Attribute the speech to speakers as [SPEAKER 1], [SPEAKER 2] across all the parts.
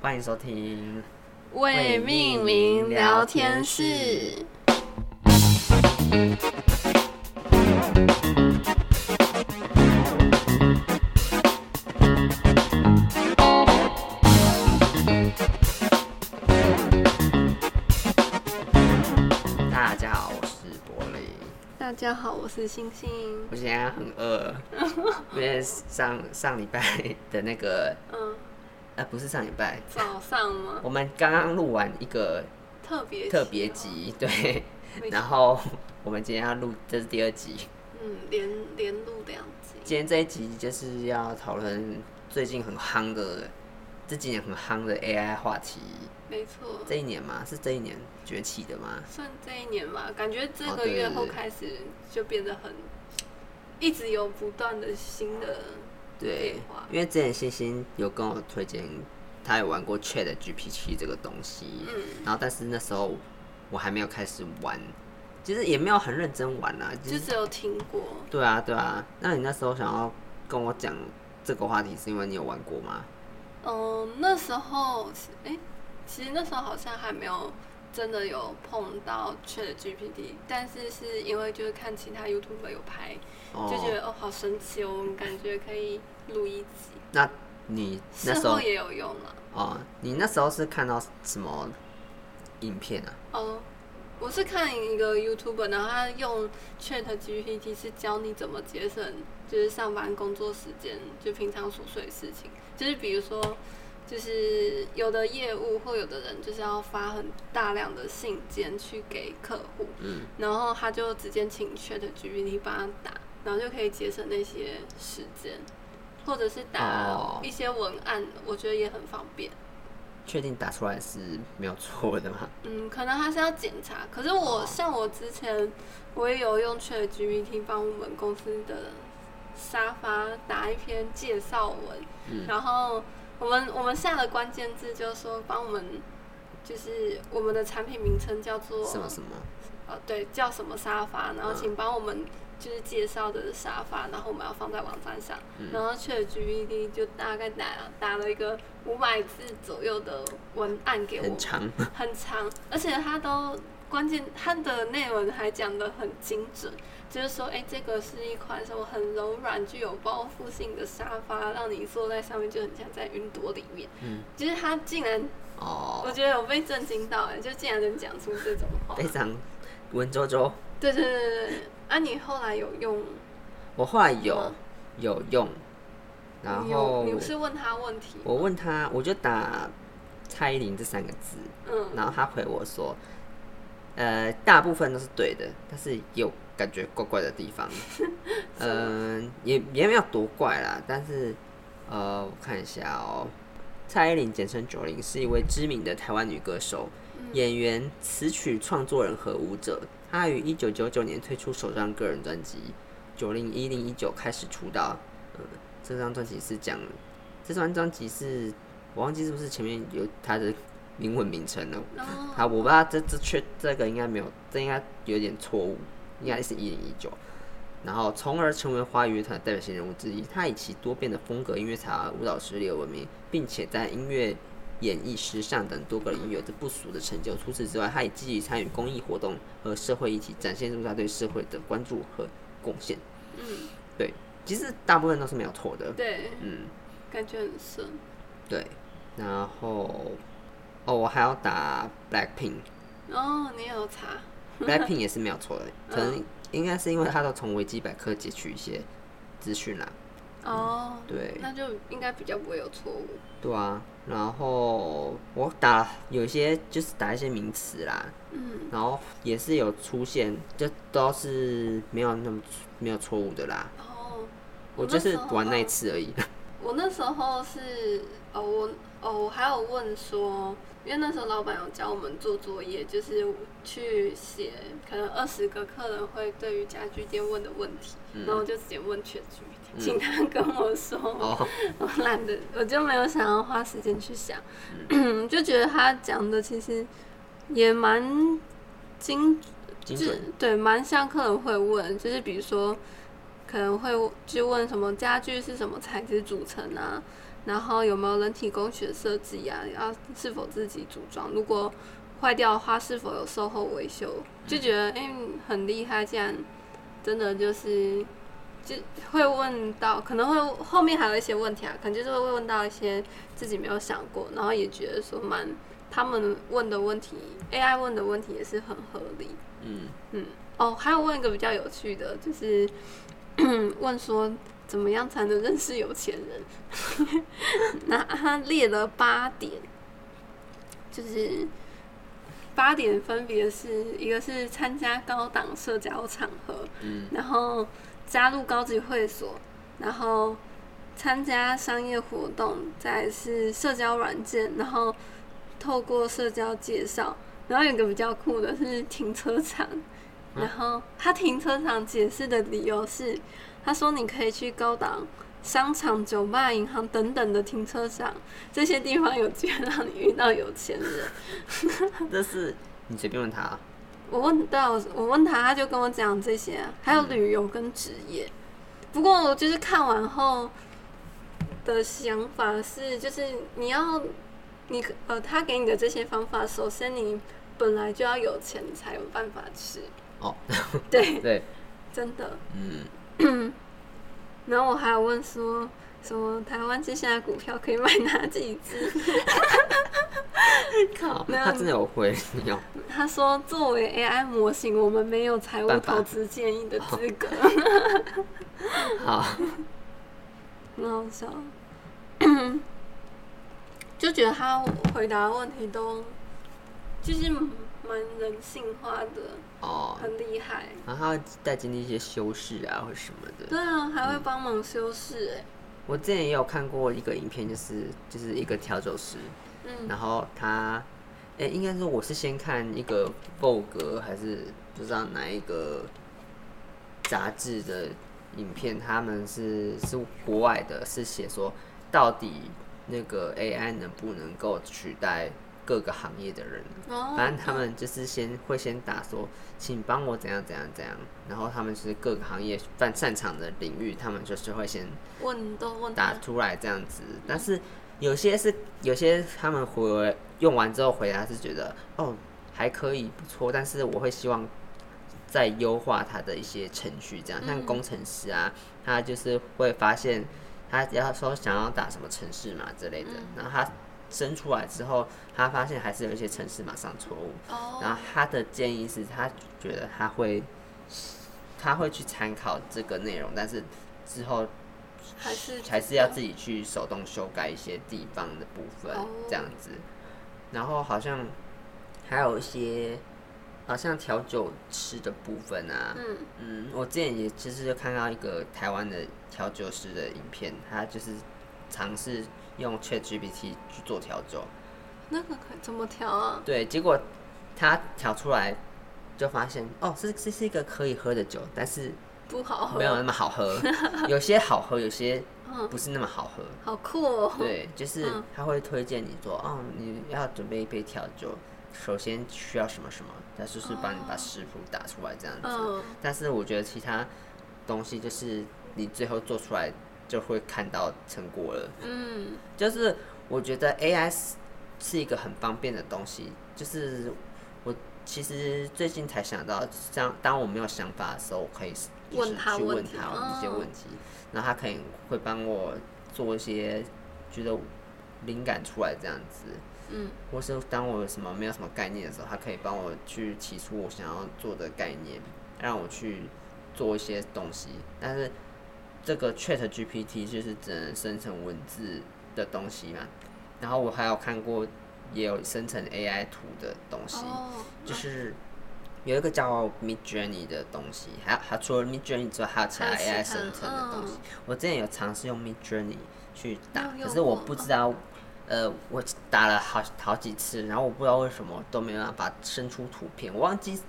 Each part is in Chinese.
[SPEAKER 1] 欢迎收听。
[SPEAKER 2] 为命名聊天室。
[SPEAKER 1] 大家好，我是柏林。
[SPEAKER 2] 大家好，我是星星。
[SPEAKER 1] 我现在很饿，因为上上礼拜 的那个，
[SPEAKER 2] 嗯，
[SPEAKER 1] 呃，不是上礼拜，
[SPEAKER 2] 早上吗？
[SPEAKER 1] 我们刚刚录完一个
[SPEAKER 2] 特别
[SPEAKER 1] 哦
[SPEAKER 2] 啊
[SPEAKER 1] 特别，集，对
[SPEAKER 2] 没，错
[SPEAKER 1] 然后我们今天要录，这是第二集。
[SPEAKER 2] 嗯，连连录两集。
[SPEAKER 1] 今天这一集就是要讨论最近很夯的，这几年很夯的 AI 话题。
[SPEAKER 2] 没错，
[SPEAKER 1] 这一年吗？是这一年崛起的吗？
[SPEAKER 2] 算这一年吧，感觉这
[SPEAKER 1] 哦
[SPEAKER 2] 个
[SPEAKER 1] 对
[SPEAKER 2] 月
[SPEAKER 1] 对
[SPEAKER 2] 后
[SPEAKER 1] 对
[SPEAKER 2] 开始就变得很，一直有不断的新的
[SPEAKER 1] 嗯对
[SPEAKER 2] 变化，
[SPEAKER 1] 因为之前星星有跟我推荐，他有玩过 Chat GPT 这个东西，
[SPEAKER 2] 嗯
[SPEAKER 1] 然后但是那时候我还没有开始玩，其实也没有很认真玩啦、就
[SPEAKER 2] 就是只有听过。
[SPEAKER 1] 对啊对啊。那你那时候想要跟我讲这个话题，是因为你有玩过吗？
[SPEAKER 2] 嗯，那时候其，哎、其实那时候好像还没有真的有碰到 Chat GPT，但是是因为就是看其他 YouTube 有拍，
[SPEAKER 1] 哦
[SPEAKER 2] 就觉得哦好神奇哦，我们感觉可以录一集，
[SPEAKER 1] 那你那
[SPEAKER 2] 事
[SPEAKER 1] 时候
[SPEAKER 2] 后也有用啊了。
[SPEAKER 1] 哦，你那时候是看到什么影片啊？
[SPEAKER 2] 哦，我是看一个 YouTube，然后他用 Chat GPT 是教你怎么节省，就是上班工作时间，就平常琐碎的事情，就是比如说。就是有的业务或有的人就是要发很大量的信件去给客户，
[SPEAKER 1] 嗯，
[SPEAKER 2] 然后他就直接请 Chat GPT 帮他打，然后就可以节省那些时间，或者是
[SPEAKER 1] 哦
[SPEAKER 2] 打一些文案，我觉得也很方便。
[SPEAKER 1] 确定打出来是没有错的吗？
[SPEAKER 2] 嗯，可能还是要检查。可是我、像我之前，我也有用 Chat GPT 帮我们公司的沙发打一篇介绍文，
[SPEAKER 1] 嗯
[SPEAKER 2] 然后我们我们下的关键字就是说帮我们，就是我们的产品名称叫做
[SPEAKER 1] 什么什么？
[SPEAKER 2] 呃，对，叫什么沙发，然后
[SPEAKER 1] 嗯
[SPEAKER 2] 请帮我们就是介绍的沙发，然后我们要放在网站上，
[SPEAKER 1] 嗯
[SPEAKER 2] 然后 ChatGPT 就大概打打了一个五百字左右的文案给我
[SPEAKER 1] 很，长。
[SPEAKER 2] 很长，而且它都关键它的内文还讲得很精准，就是说，哎，这个是一款什么很柔软、具有包覆性的沙发，让你坐在上面就很像在云朵里面。
[SPEAKER 1] 嗯，
[SPEAKER 2] 就是它竟然，
[SPEAKER 1] 哦，
[SPEAKER 2] 我觉得我被震惊到，哎，就竟然能讲出这种话。
[SPEAKER 1] 非常文绉绉。
[SPEAKER 2] 对对对对对，啊，你后来有用？
[SPEAKER 1] 我后来有
[SPEAKER 2] 嗯
[SPEAKER 1] 有用，然
[SPEAKER 2] 你
[SPEAKER 1] 后
[SPEAKER 2] 有你是问他问题？
[SPEAKER 1] 我问他，我就打蔡依林这三个字，
[SPEAKER 2] 嗯，
[SPEAKER 1] 然后他回我说，呃，大部分都是对的，但是也有感觉怪怪的地方，嗯、也也没有多怪啦，但是呃，我看一下哦、蔡依林简称九零是一位知名的台湾女歌手、演员、词曲创作人和舞者。她于一九九九年推出首张个人专辑，九零一零一九开始出道。嗯，这张专辑是讲，这张专辑是我忘记是不是前面有她的英文名称了。
[SPEAKER 2] 然后
[SPEAKER 1] 好，我不知道这这确这个应该没有，这应该有点错误，应该是一零一九，然后从而成为华语乐坛的代表性人物之一。他以其多变的风格、音乐才华、舞蹈实力而闻名，并且在音乐、演艺、时尚等多个领域有着不俗的成就。除此之外，他也积极参与公益活动和社会议题，展现出他对社会的关注和贡献。
[SPEAKER 2] 嗯，
[SPEAKER 1] 对，其实大部分都是没有错的。
[SPEAKER 2] 对，
[SPEAKER 1] 嗯，
[SPEAKER 2] 感觉很顺。
[SPEAKER 1] 对。然后，哦，我还要打 Blackpink。
[SPEAKER 2] 然后你有查？
[SPEAKER 1] Blackpink 也是没有错的，可能
[SPEAKER 2] 嗯
[SPEAKER 1] 应该是因为他都从维基百科截取一些资讯啦。
[SPEAKER 2] 哦，
[SPEAKER 1] 嗯对，
[SPEAKER 2] 那就应该比较不会有错误。
[SPEAKER 1] 对啊。然后我打有一些就是打一些名词啦，
[SPEAKER 2] 嗯，
[SPEAKER 1] 然后也是有出现，就都是没有那么没有错误的啦。
[SPEAKER 2] 然后
[SPEAKER 1] 我就是
[SPEAKER 2] 那时候啊
[SPEAKER 1] 玩那一次而已。
[SPEAKER 2] 我那时候是哦，我哦，我还有问说，因为那时候老板有教我们做作业，就是去写可能二十个客人会对于家具店问的问题，
[SPEAKER 1] 嗯
[SPEAKER 2] 然后我就直接问全局，请他跟我说。
[SPEAKER 1] 哦，
[SPEAKER 2] 我 懒得，我就没有想要花时间去想， 就觉得他讲的其实也蛮精，
[SPEAKER 1] 精
[SPEAKER 2] 就
[SPEAKER 1] 准。
[SPEAKER 2] 对，蛮像客人会问，就是比如说可能会就问什么家具是什么材质组成啊，然后有没有人体工学设计啊？啊，是否自己组装？如果坏掉的话，是否有售后维修？就觉得哎、诶很厉害，这样真的就是就会问到，可能会后面还有一些问题啊，可能就是会问到一些自己没有想过，然后也觉得说蛮他们问的问题，AI 问的问题也是很合理。
[SPEAKER 1] 嗯，
[SPEAKER 2] 哦，还有问一个比较有趣的，就是 问说怎么样才能认识有钱人？ 那他列了八点，就是八点分别是一个是参加高档社交场合，
[SPEAKER 1] 嗯，
[SPEAKER 2] 然后加入高级会所，然后参加商业活动，再来是社交软件，然后透过社交介绍，然后有一个比较酷的是停车场，
[SPEAKER 1] 嗯
[SPEAKER 2] 然后他停车场解释的理由是，他说你可以去高档。商场、酒吧、银行等等的停车场，这些地方有机会让你遇到有钱人。
[SPEAKER 1] 这是你随便问他啊、
[SPEAKER 2] 我问，对啊，我我问他，他就跟我讲这些啊、还有旅游跟职业。不过我就是看完后的想法是，就是你要你呃，他给你的这些方法，首先你本来就要有钱才有办法吃，
[SPEAKER 1] 哦，
[SPEAKER 2] 对，
[SPEAKER 1] 对，
[SPEAKER 2] 真的。
[SPEAKER 1] 嗯，
[SPEAKER 2] 然后我还有问说，什么台湾接下来股票可以买哪几只？
[SPEAKER 1] 靠，
[SPEAKER 2] 没有
[SPEAKER 1] 他真的有回你哦，
[SPEAKER 2] 他说，作为 AI 模型，我们没有财务
[SPEAKER 1] 办法
[SPEAKER 2] 投资建议的资格。
[SPEAKER 1] 好，
[SPEAKER 2] 很好笑，就觉得他回答的问题都就是蛮人性化的，
[SPEAKER 1] 哦，
[SPEAKER 2] 很厉害。
[SPEAKER 1] 然后他再经历一些修饰啊或什么的，
[SPEAKER 2] 对啊，还会帮忙修饰、欸，
[SPEAKER 1] 我之前也有看过一个影片，就是就是一个调酒师，
[SPEAKER 2] 嗯
[SPEAKER 1] 然后他，哎、应该说我是先看一个 Vogue 还是不知道哪一个杂志的影片，他们是是国外的，是写说到底那个 AI 能不能够取代各个行业的人，
[SPEAKER 2] 哦，
[SPEAKER 1] 反正他们就是先会先打说，请帮我怎样怎样怎样，然后他们就是各个行业擅擅长的领域，他们就是会先。
[SPEAKER 2] 问都问
[SPEAKER 1] 打
[SPEAKER 2] 他，
[SPEAKER 1] 出来这样子，但是有些是有些他们回用完之后回答是觉得哦还可以不错，但是我会希望再优化它的一些程序，这样像
[SPEAKER 2] 嗯
[SPEAKER 1] 工程师啊，他就是会发现他要说想要打什么城市码之类的，
[SPEAKER 2] 嗯
[SPEAKER 1] 然后他生出来之后，他发现还是有一些城市码上错误，然
[SPEAKER 2] 哦，
[SPEAKER 1] 后他的建议是他觉得他会他会去参考这个内容，但是之后
[SPEAKER 2] 还是
[SPEAKER 1] 还是要自己去手动修改一些地方的部分
[SPEAKER 2] 哦，
[SPEAKER 1] 这样子。然后好像还有一些，好像调酒师的部分啊，
[SPEAKER 2] 嗯
[SPEAKER 1] 嗯，我之前也其实就看到一个台湾的调酒师的影片，他就是尝试用 ChatGPT 去做调酒，
[SPEAKER 2] 那个可以怎么调啊？
[SPEAKER 1] 对，结果他调出来就发现，哦，这这是一个可以喝的酒，但是
[SPEAKER 2] 不好喝，
[SPEAKER 1] 没有那么好 喝，有些好喝，有些
[SPEAKER 2] 哦嗯，
[SPEAKER 1] 不是那么好喝。
[SPEAKER 2] 好酷哦，
[SPEAKER 1] 对，就是
[SPEAKER 2] 嗯
[SPEAKER 1] 他会推荐你说，哦，你要准备一杯调酒，首先需要什么什么，他就是帮你把食谱打出来这样子。
[SPEAKER 2] 嗯，
[SPEAKER 1] 但是我觉得其他东西就是你最后做出来就会看到成果了。
[SPEAKER 2] 嗯，
[SPEAKER 1] 就是我觉得 AI 是是一个很方便的东西，就是我其实最近才想到，像当我没有想法的时候，我可以就是
[SPEAKER 2] 问他
[SPEAKER 1] 去
[SPEAKER 2] 问
[SPEAKER 1] 问
[SPEAKER 2] 题
[SPEAKER 1] 他一些
[SPEAKER 2] 哦
[SPEAKER 1] 问题，然后他可以会帮我做一些觉得灵感出来这样子。
[SPEAKER 2] 嗯，
[SPEAKER 1] 或是当我有什么没有什么概念的时候，他可以帮我去提出我想要做的概念，让我去做一些东西。但是这个 Chat GPT 就是只能生成文字的东西嘛。然后我还有看过也有生成 AI 图的东西，
[SPEAKER 2] 哦，
[SPEAKER 1] 就是有一个叫 Mid Journey 的东西，还有还除了 Mid Journey 之外，还有其他
[SPEAKER 2] 还有其他
[SPEAKER 1] AI 生成的东西。我之前有尝试用 Mid Journey 去打
[SPEAKER 2] 你，有
[SPEAKER 1] 可
[SPEAKER 2] 哦用
[SPEAKER 1] 是我
[SPEAKER 2] 过
[SPEAKER 1] 不知道，呃，我打了好好几次，然后我不知道为什么都没办法生出图片，我忘记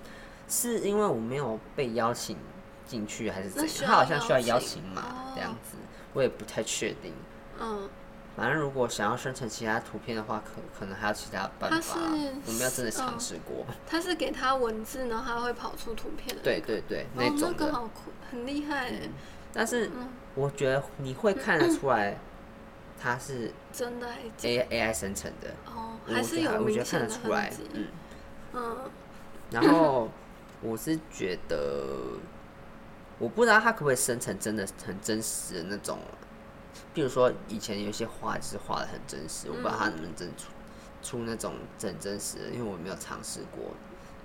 [SPEAKER 1] 是因为我没有被邀请进去还是怎
[SPEAKER 2] 那
[SPEAKER 1] 样，
[SPEAKER 2] 需
[SPEAKER 1] 他好
[SPEAKER 2] 要
[SPEAKER 1] 像需
[SPEAKER 2] 邀
[SPEAKER 1] 要邀
[SPEAKER 2] 请
[SPEAKER 1] 请码这样
[SPEAKER 2] 哦
[SPEAKER 1] 子，我也不太确定。
[SPEAKER 2] 嗯，
[SPEAKER 1] 反正如果想要生成其他图片的话，可可能还有其他办
[SPEAKER 2] 它
[SPEAKER 1] 法
[SPEAKER 2] 是，
[SPEAKER 1] 我没有真的尝
[SPEAKER 2] 嗯
[SPEAKER 1] 试过。
[SPEAKER 2] 他是给他文字，然后他会跑出图片的，
[SPEAKER 1] 对对对，那
[SPEAKER 2] 哦，那
[SPEAKER 1] 种
[SPEAKER 2] 个
[SPEAKER 1] 的。嗯
[SPEAKER 2] 好酷，很厉害欸。
[SPEAKER 1] 但是
[SPEAKER 2] 嗯
[SPEAKER 1] 我觉得你会看得出来它是
[SPEAKER 2] 真的还是假
[SPEAKER 1] A A I 生成的，
[SPEAKER 2] 哦，
[SPEAKER 1] 我
[SPEAKER 2] 还是
[SPEAKER 1] 觉得
[SPEAKER 2] 有
[SPEAKER 1] 我觉
[SPEAKER 2] 明
[SPEAKER 1] 得看
[SPEAKER 2] 显
[SPEAKER 1] 得
[SPEAKER 2] 的
[SPEAKER 1] 出来
[SPEAKER 2] 痕迹，。
[SPEAKER 1] 嗯，
[SPEAKER 2] 嗯，
[SPEAKER 1] 然 后我是觉得，我不知道它可不可以生成真的很真实的那种，比如说以前有些画是画的很真实，我不知道它能不能真出出那种真真实的，因为我没有尝试过。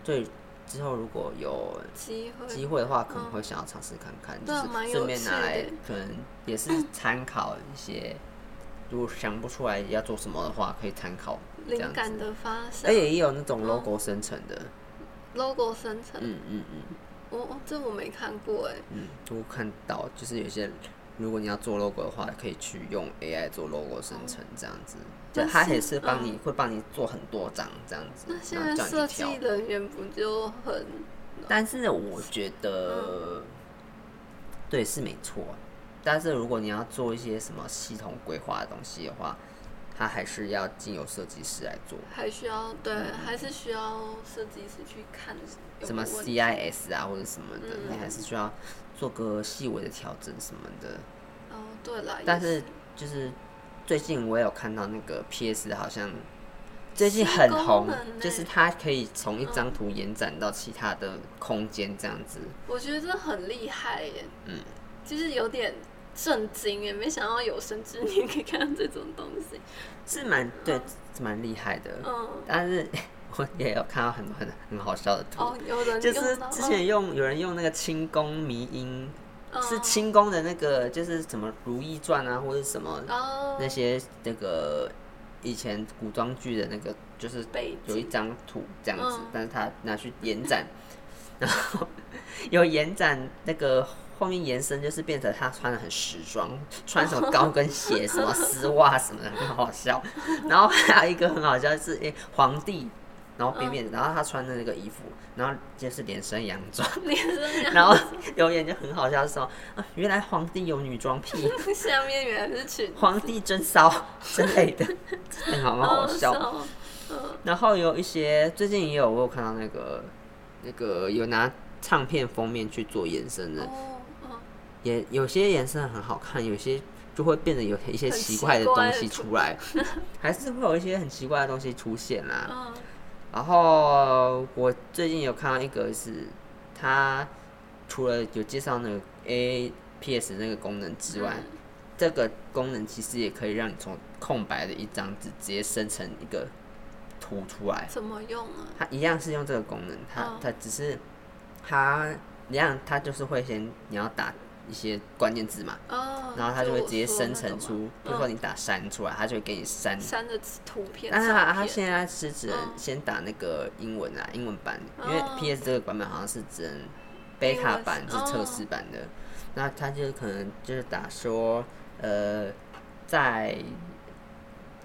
[SPEAKER 1] 对，之后如果有
[SPEAKER 2] 机
[SPEAKER 1] 机
[SPEAKER 2] 会
[SPEAKER 1] 会的话，可能会想要尝试看看，
[SPEAKER 2] 嗯对啊蛮
[SPEAKER 1] 就是顺
[SPEAKER 2] 有
[SPEAKER 1] 便拿来
[SPEAKER 2] 趣的，
[SPEAKER 1] 可能 也是参考一些。如果想不出来要做什么的话，可以参考这样
[SPEAKER 2] 灵感嗯
[SPEAKER 1] 子。
[SPEAKER 2] 的发想
[SPEAKER 1] 而且也有那种 logo 生成的，
[SPEAKER 2] ，logo 生成，
[SPEAKER 1] 嗯嗯嗯
[SPEAKER 2] 我我这我没看过哎，
[SPEAKER 1] 嗯，都看到，就是有些如果你要做 logo 的话，可以去用 AI 做 logo 生成这样子，就
[SPEAKER 2] 那
[SPEAKER 1] 它
[SPEAKER 2] 现
[SPEAKER 1] 也是帮你、
[SPEAKER 2] 哦嗯
[SPEAKER 1] 会帮你做很多张这样子
[SPEAKER 2] 那，现
[SPEAKER 1] 然后
[SPEAKER 2] 在
[SPEAKER 1] 叫
[SPEAKER 2] 设
[SPEAKER 1] 你去
[SPEAKER 2] 计
[SPEAKER 1] 挑。
[SPEAKER 2] 人员不就很
[SPEAKER 1] 但是我觉得，对，是没错。但是如果你要做一些什么系统规划的东西的话，它还是要经由设计师来做，
[SPEAKER 2] 还需要对，还是需要设计师去看有
[SPEAKER 1] 什
[SPEAKER 2] 没
[SPEAKER 1] 么
[SPEAKER 2] 有问
[SPEAKER 1] CIS 啊或者什么的，
[SPEAKER 2] 嗯
[SPEAKER 1] 你还是需要做个细微的调整什么的。
[SPEAKER 2] 哦，对啦，
[SPEAKER 1] 但
[SPEAKER 2] 也
[SPEAKER 1] 是就是最近我有看到那个 PS 好像最近很
[SPEAKER 2] 新功
[SPEAKER 1] 红
[SPEAKER 2] 能欸，
[SPEAKER 1] 就是它可以从一张
[SPEAKER 2] 嗯
[SPEAKER 1] 图延展到其他的空间这样子。
[SPEAKER 2] 我觉得这很厉害耶，
[SPEAKER 1] 嗯，
[SPEAKER 2] 就是有点震惊耶，没想到有生之年可以看到这种东西，
[SPEAKER 1] 是蛮对，是蛮厉害的。
[SPEAKER 2] 嗯，
[SPEAKER 1] 但是 我也有看到很多很很好笑的图，
[SPEAKER 2] 哦，有人
[SPEAKER 1] 就是
[SPEAKER 2] 用到哦
[SPEAKER 1] 之前用有人用那个清宫迷音，
[SPEAKER 2] 嗯
[SPEAKER 1] 是清宫的那个就是什么《如懿传》啊，或者什么
[SPEAKER 2] 哦，
[SPEAKER 1] 那些那个以前古装剧的那个，就是
[SPEAKER 2] 背
[SPEAKER 1] 有一张图这样子
[SPEAKER 2] 嗯，
[SPEAKER 1] 但是他拿去延展，然后 有延展那个。后面延伸就是变成他穿的很时装，穿什么高跟鞋、什么丝袜什么的，很好笑。然后还有一个很好笑的是，诶、哎皇帝，然后边边，然后他穿的那个衣服，然后就是连身洋装，
[SPEAKER 2] 脸上
[SPEAKER 1] 然后留言就很好笑，说啊，原来皇帝有女装癖，
[SPEAKER 2] 下面原来是裙，
[SPEAKER 1] 皇帝真骚之类的，真的好蛮好
[SPEAKER 2] 哦
[SPEAKER 1] 笑。
[SPEAKER 2] 是哦嗯，
[SPEAKER 1] 然后有一些最近也有我有看到那个那个有拿唱片封面去做延伸的，
[SPEAKER 2] 哦，嗯
[SPEAKER 1] 也有些延伸很好看，有些就会变得有一些
[SPEAKER 2] 很
[SPEAKER 1] 奇
[SPEAKER 2] 奇
[SPEAKER 1] 怪的
[SPEAKER 2] 怪
[SPEAKER 1] 东
[SPEAKER 2] 的
[SPEAKER 1] 西
[SPEAKER 2] 图
[SPEAKER 1] 出 来，还是会有一些很奇怪的东西出现啦、
[SPEAKER 2] 嗯，
[SPEAKER 1] 然后我最近有看到一个是，它除了有介绍那个 A P S 那个功能之外，
[SPEAKER 2] 嗯
[SPEAKER 1] 这个功能其实也可以让你从空白的一张纸直接生成一个图出来。
[SPEAKER 2] 怎么用啊？
[SPEAKER 1] 它一样是用这个功能，它、
[SPEAKER 2] 哦
[SPEAKER 1] 它只是它一样，它就是会先你要打一些关键字嘛，
[SPEAKER 2] 哦，
[SPEAKER 1] 然后它就会
[SPEAKER 2] 我
[SPEAKER 1] 直接
[SPEAKER 2] 说
[SPEAKER 1] 生
[SPEAKER 2] 那个
[SPEAKER 1] 成
[SPEAKER 2] 嘛嗯
[SPEAKER 1] 出，比如说你打山出来，它就会给你山
[SPEAKER 2] 删的图片，
[SPEAKER 1] 但是啊他他
[SPEAKER 2] 照片
[SPEAKER 1] 现在是只能
[SPEAKER 2] 嗯
[SPEAKER 1] 先打那个英文啊，英文版，因为
[SPEAKER 2] 哦
[SPEAKER 1] PS 这个版本好像是只能 beta 版
[SPEAKER 2] 英
[SPEAKER 1] 是
[SPEAKER 2] 文
[SPEAKER 1] 测试版的，那他就可能就是打说呃在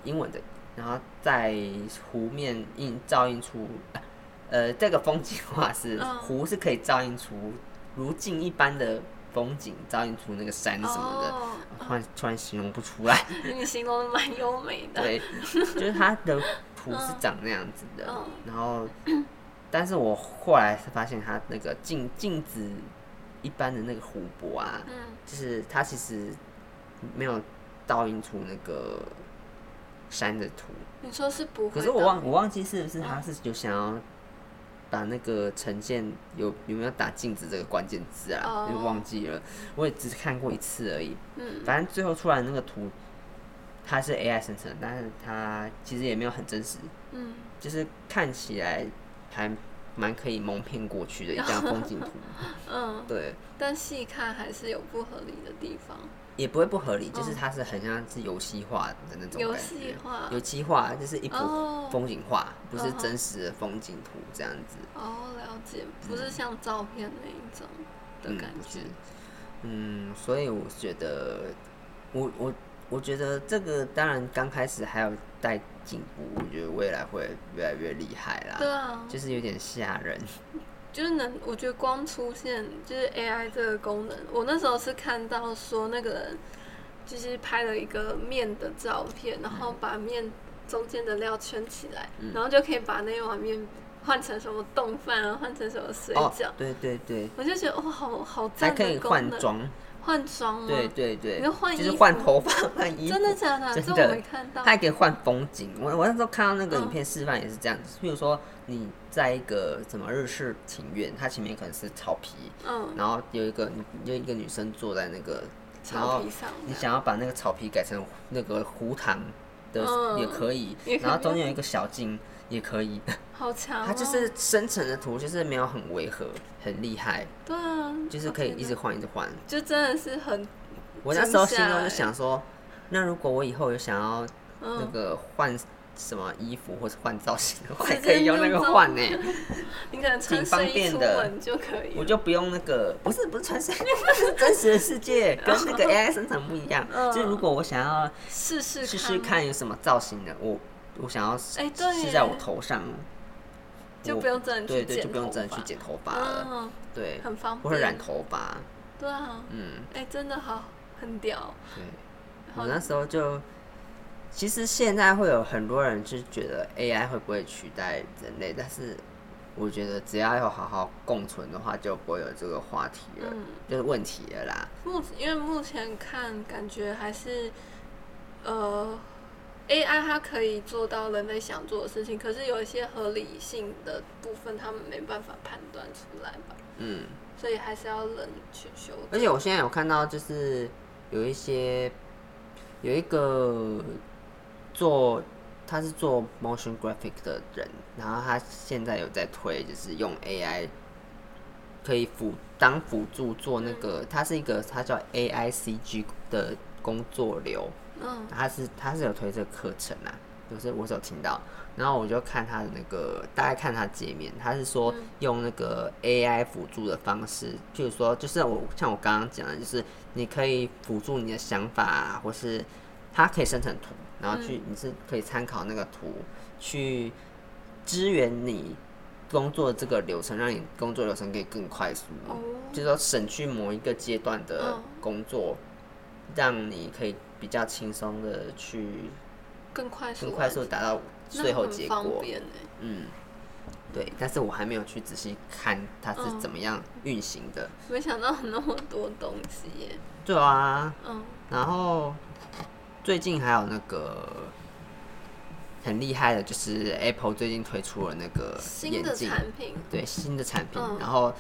[SPEAKER 1] 英文的，然后在湖面映照映出，呃这个风景画是
[SPEAKER 2] 嗯
[SPEAKER 1] 湖是可以照映出如镜一般的风景，照映出那个山什么的，
[SPEAKER 2] 哦
[SPEAKER 1] 突然突然形容不出来。
[SPEAKER 2] 你形容的蛮优美的，
[SPEAKER 1] 对， 就是它的图是长那样子的，
[SPEAKER 2] 嗯
[SPEAKER 1] 然后，但是我后来是发现它那个镜镜子一般的那个湖泊啊，
[SPEAKER 2] 嗯，
[SPEAKER 1] 就是它其实没有倒映出那个山的图，
[SPEAKER 2] 你说是不会的，
[SPEAKER 1] 可是我忘我忘记是不是它是有想要。把那个呈现有有没有打镜子这个关键字啊？
[SPEAKER 2] 哦
[SPEAKER 1] 就忘记了，我也只看过一次而已。
[SPEAKER 2] 嗯，
[SPEAKER 1] 反正最后出来那个图，它是 AI 生成的，但是它其实也没有很真实，
[SPEAKER 2] 嗯，
[SPEAKER 1] 就是看起来还蛮可以蒙骗过去的一张风景图。
[SPEAKER 2] 嗯，
[SPEAKER 1] 对，
[SPEAKER 2] 但细看还是有不合理的地方。
[SPEAKER 1] 也不会不合理，就是它是很像是游戏化的那种
[SPEAKER 2] 嗯游
[SPEAKER 1] 感
[SPEAKER 2] 戏
[SPEAKER 1] 觉。
[SPEAKER 2] 化
[SPEAKER 1] 游戏化就是一
[SPEAKER 2] 哦
[SPEAKER 1] 幅风景画，不是
[SPEAKER 2] 嗯哼
[SPEAKER 1] 真实的风景图这样子。
[SPEAKER 2] 哦，了解，不是像照片那一种的感
[SPEAKER 1] 嗯不
[SPEAKER 2] 觉
[SPEAKER 1] 是。嗯，所以我觉得，我我我觉得这个当然刚开始还有待进步，我觉得未来会越来越厉害
[SPEAKER 2] 对
[SPEAKER 1] 啦，
[SPEAKER 2] 啊，
[SPEAKER 1] 就是有点吓人。
[SPEAKER 2] 就是能，我觉得光出现就是 AI 这个功能，我那时候是看到说那个人就是拍了一个面的照片，然
[SPEAKER 1] 嗯
[SPEAKER 2] 后把面中间的料圈起来，然后就可以把那一碗面换成什么冻饭啊，换成什么水
[SPEAKER 1] 哦
[SPEAKER 2] 饺。，
[SPEAKER 1] 对对对，
[SPEAKER 2] 我就觉得哇，好好
[SPEAKER 1] 还
[SPEAKER 2] 赞
[SPEAKER 1] 可
[SPEAKER 2] 的
[SPEAKER 1] 以
[SPEAKER 2] 功
[SPEAKER 1] 换
[SPEAKER 2] 能，
[SPEAKER 1] 装，
[SPEAKER 2] 换妆吗？
[SPEAKER 1] 对对对，
[SPEAKER 2] 你要换
[SPEAKER 1] 就是
[SPEAKER 2] 衣
[SPEAKER 1] 换
[SPEAKER 2] 服
[SPEAKER 1] 头发、换衣服，
[SPEAKER 2] 真的假的？
[SPEAKER 1] 真
[SPEAKER 2] 这
[SPEAKER 1] 的
[SPEAKER 2] 我没看
[SPEAKER 1] 它。
[SPEAKER 2] 到
[SPEAKER 1] 还可以换风景。我我那时候看到那个
[SPEAKER 2] 嗯
[SPEAKER 1] 影片示范也是这样子，比如说你在一个什么日式庭院，它前面可能是草皮，
[SPEAKER 2] 嗯，
[SPEAKER 1] 然后有一个有一个女生坐在那个，然
[SPEAKER 2] 草
[SPEAKER 1] 后
[SPEAKER 2] 皮上
[SPEAKER 1] 你
[SPEAKER 2] 的。
[SPEAKER 1] 想要把那个草皮改成那个湖塘的
[SPEAKER 2] 嗯
[SPEAKER 1] 也可以
[SPEAKER 2] 也，可以
[SPEAKER 1] 然后中间有一个小径也可以，
[SPEAKER 2] 好强、哦！
[SPEAKER 1] 它就是深层的图，就是没有很违和，很厉害，
[SPEAKER 2] 对啊，
[SPEAKER 1] 就是可以一直
[SPEAKER 2] 我
[SPEAKER 1] 换一直换。
[SPEAKER 2] 觉得，就真的是很
[SPEAKER 1] 我那时候心
[SPEAKER 2] 静下
[SPEAKER 1] 中
[SPEAKER 2] 来
[SPEAKER 1] 就想说，那如果我以后有想要那
[SPEAKER 2] 嗯，
[SPEAKER 1] 个换什么衣服或者换造型的话，
[SPEAKER 2] 直接
[SPEAKER 1] 可以用那个
[SPEAKER 2] 用造
[SPEAKER 1] 换呢、
[SPEAKER 2] 你可能穿
[SPEAKER 1] 挺方
[SPEAKER 2] 睡衣
[SPEAKER 1] 便
[SPEAKER 2] 出
[SPEAKER 1] 的
[SPEAKER 2] 门就可以
[SPEAKER 1] 我
[SPEAKER 2] 了。
[SPEAKER 1] 就不用那个，不是不是穿上，那是 真实的世界，跟那 个 AI 生成不一样。
[SPEAKER 2] 嗯
[SPEAKER 1] 就是如果我想要
[SPEAKER 2] 试试
[SPEAKER 1] 试试，看有什么造型的，我我想要试
[SPEAKER 2] 哎对耶
[SPEAKER 1] 试在我头上，
[SPEAKER 2] 就
[SPEAKER 1] 我
[SPEAKER 2] 不用真的
[SPEAKER 1] 对
[SPEAKER 2] 去
[SPEAKER 1] 对，就
[SPEAKER 2] 剪
[SPEAKER 1] 不用
[SPEAKER 2] 头
[SPEAKER 1] 真的去
[SPEAKER 2] 发
[SPEAKER 1] 剪头发了，
[SPEAKER 2] 嗯，
[SPEAKER 1] 对，
[SPEAKER 2] 很方便。
[SPEAKER 1] 或者染头发，
[SPEAKER 2] 对啊，
[SPEAKER 1] 嗯，
[SPEAKER 2] 哎、真的好，很屌。
[SPEAKER 1] 对。
[SPEAKER 2] 好
[SPEAKER 1] 我那时候就，其实现在会有很多人是觉得 AI 会不会取代人类，但是我觉得只要有好好共存的话，就不会有这个话题了，
[SPEAKER 2] 嗯
[SPEAKER 1] 就是问题了啦。
[SPEAKER 2] 目因为目前看感觉还是，呃，AI 它可以做到人类想做的事情，可是有一些合理性的部分，他们没办法判断出来吧，
[SPEAKER 1] 嗯，
[SPEAKER 2] 所以还是要人去修正。
[SPEAKER 1] 而且我现在有看到，就是有一些有一个做他是做 motion graphic 的人，然后他现在有在推，就是用 AI 可以辅当辅助做那个，他是一个他叫 AI CG 的工作流，
[SPEAKER 2] 嗯
[SPEAKER 1] 他是他是有推这个课程啊，就是我是有听到，然后我就看他的那个大概看他界面，他是说
[SPEAKER 2] 嗯
[SPEAKER 1] 用那个 AI 辅助的方式，譬如说就是我像我刚刚讲的，就是你可以辅助你的想法、啊，或是它可以生成图，然后
[SPEAKER 2] 嗯
[SPEAKER 1] 去、你是可以参考那个图去支援你工作这个流程，让你工作流程可以更快速。
[SPEAKER 2] 哦
[SPEAKER 1] 就是说省去某一个阶段的
[SPEAKER 2] 嗯
[SPEAKER 1] 工作，让你可以比较轻松的去
[SPEAKER 2] 更快速
[SPEAKER 1] 更
[SPEAKER 2] 完成，
[SPEAKER 1] 快速地达到
[SPEAKER 2] 那
[SPEAKER 1] 最后
[SPEAKER 2] 很
[SPEAKER 1] 结
[SPEAKER 2] 方
[SPEAKER 1] 果。
[SPEAKER 2] 便欸
[SPEAKER 1] 嗯，对，但是我还没有去仔细看它是怎么样运行的。
[SPEAKER 2] 没想到那么多东西耶。
[SPEAKER 1] 对啊，
[SPEAKER 2] 嗯，
[SPEAKER 1] 然后最近还有那个很厉害的，就是 Apple 最近推出了那个
[SPEAKER 2] 新
[SPEAKER 1] 眼
[SPEAKER 2] 的
[SPEAKER 1] 镜，
[SPEAKER 2] 产品，
[SPEAKER 1] 对新的产品。
[SPEAKER 2] 嗯
[SPEAKER 1] 然后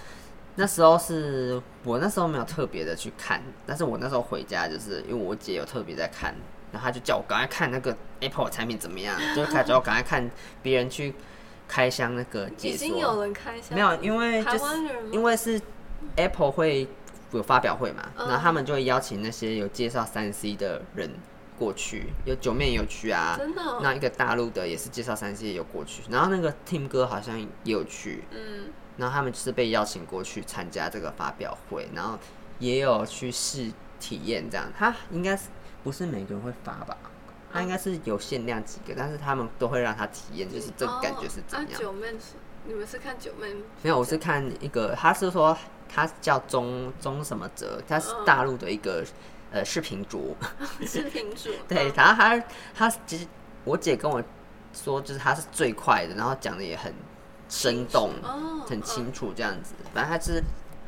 [SPEAKER 1] 那时候是我那时候没有特别的去看，但是我那时候回家就是因为我姐有特别在看，然后她就叫我赶快看那个 Apple 的产品怎么样，就是她叫我赶快看别人去开箱那个解
[SPEAKER 2] 已
[SPEAKER 1] 说。
[SPEAKER 2] 经有人开箱
[SPEAKER 1] 没
[SPEAKER 2] 了，
[SPEAKER 1] 有，因为就
[SPEAKER 2] 台
[SPEAKER 1] 是
[SPEAKER 2] 湾人吗
[SPEAKER 1] 因为是 Apple 会有发表会嘛，
[SPEAKER 2] 嗯
[SPEAKER 1] 然后他们就会邀请那些有介绍三 C 的人过去，有九面有去啊，
[SPEAKER 2] 真的哦、
[SPEAKER 1] 那一个大陆的也是介绍三 C 也有过去，然后那个 Tim 哥好像也有去，
[SPEAKER 2] 嗯，
[SPEAKER 1] 然后他们就是被邀请过去参加这个发表会，然后也有去试体验这样，他应该是不是每个人会发吧？
[SPEAKER 2] 啊
[SPEAKER 1] 他应该是有限量几个，但是他们都会让他体验，就是这个感觉是怎
[SPEAKER 2] 哦
[SPEAKER 1] 样
[SPEAKER 2] 啊，。九妹是，你们是看九妹吗？
[SPEAKER 1] 没有，我是看一个，他是说他叫钟钟什么哲，他是大陆的一个、呃视频主，
[SPEAKER 2] 视频主
[SPEAKER 1] 对，然后他他其实我姐跟我说，就是他是最快的，然后讲的也很生动，
[SPEAKER 2] 哦，
[SPEAKER 1] 很
[SPEAKER 2] 嗯
[SPEAKER 1] 清楚这样子，反正他是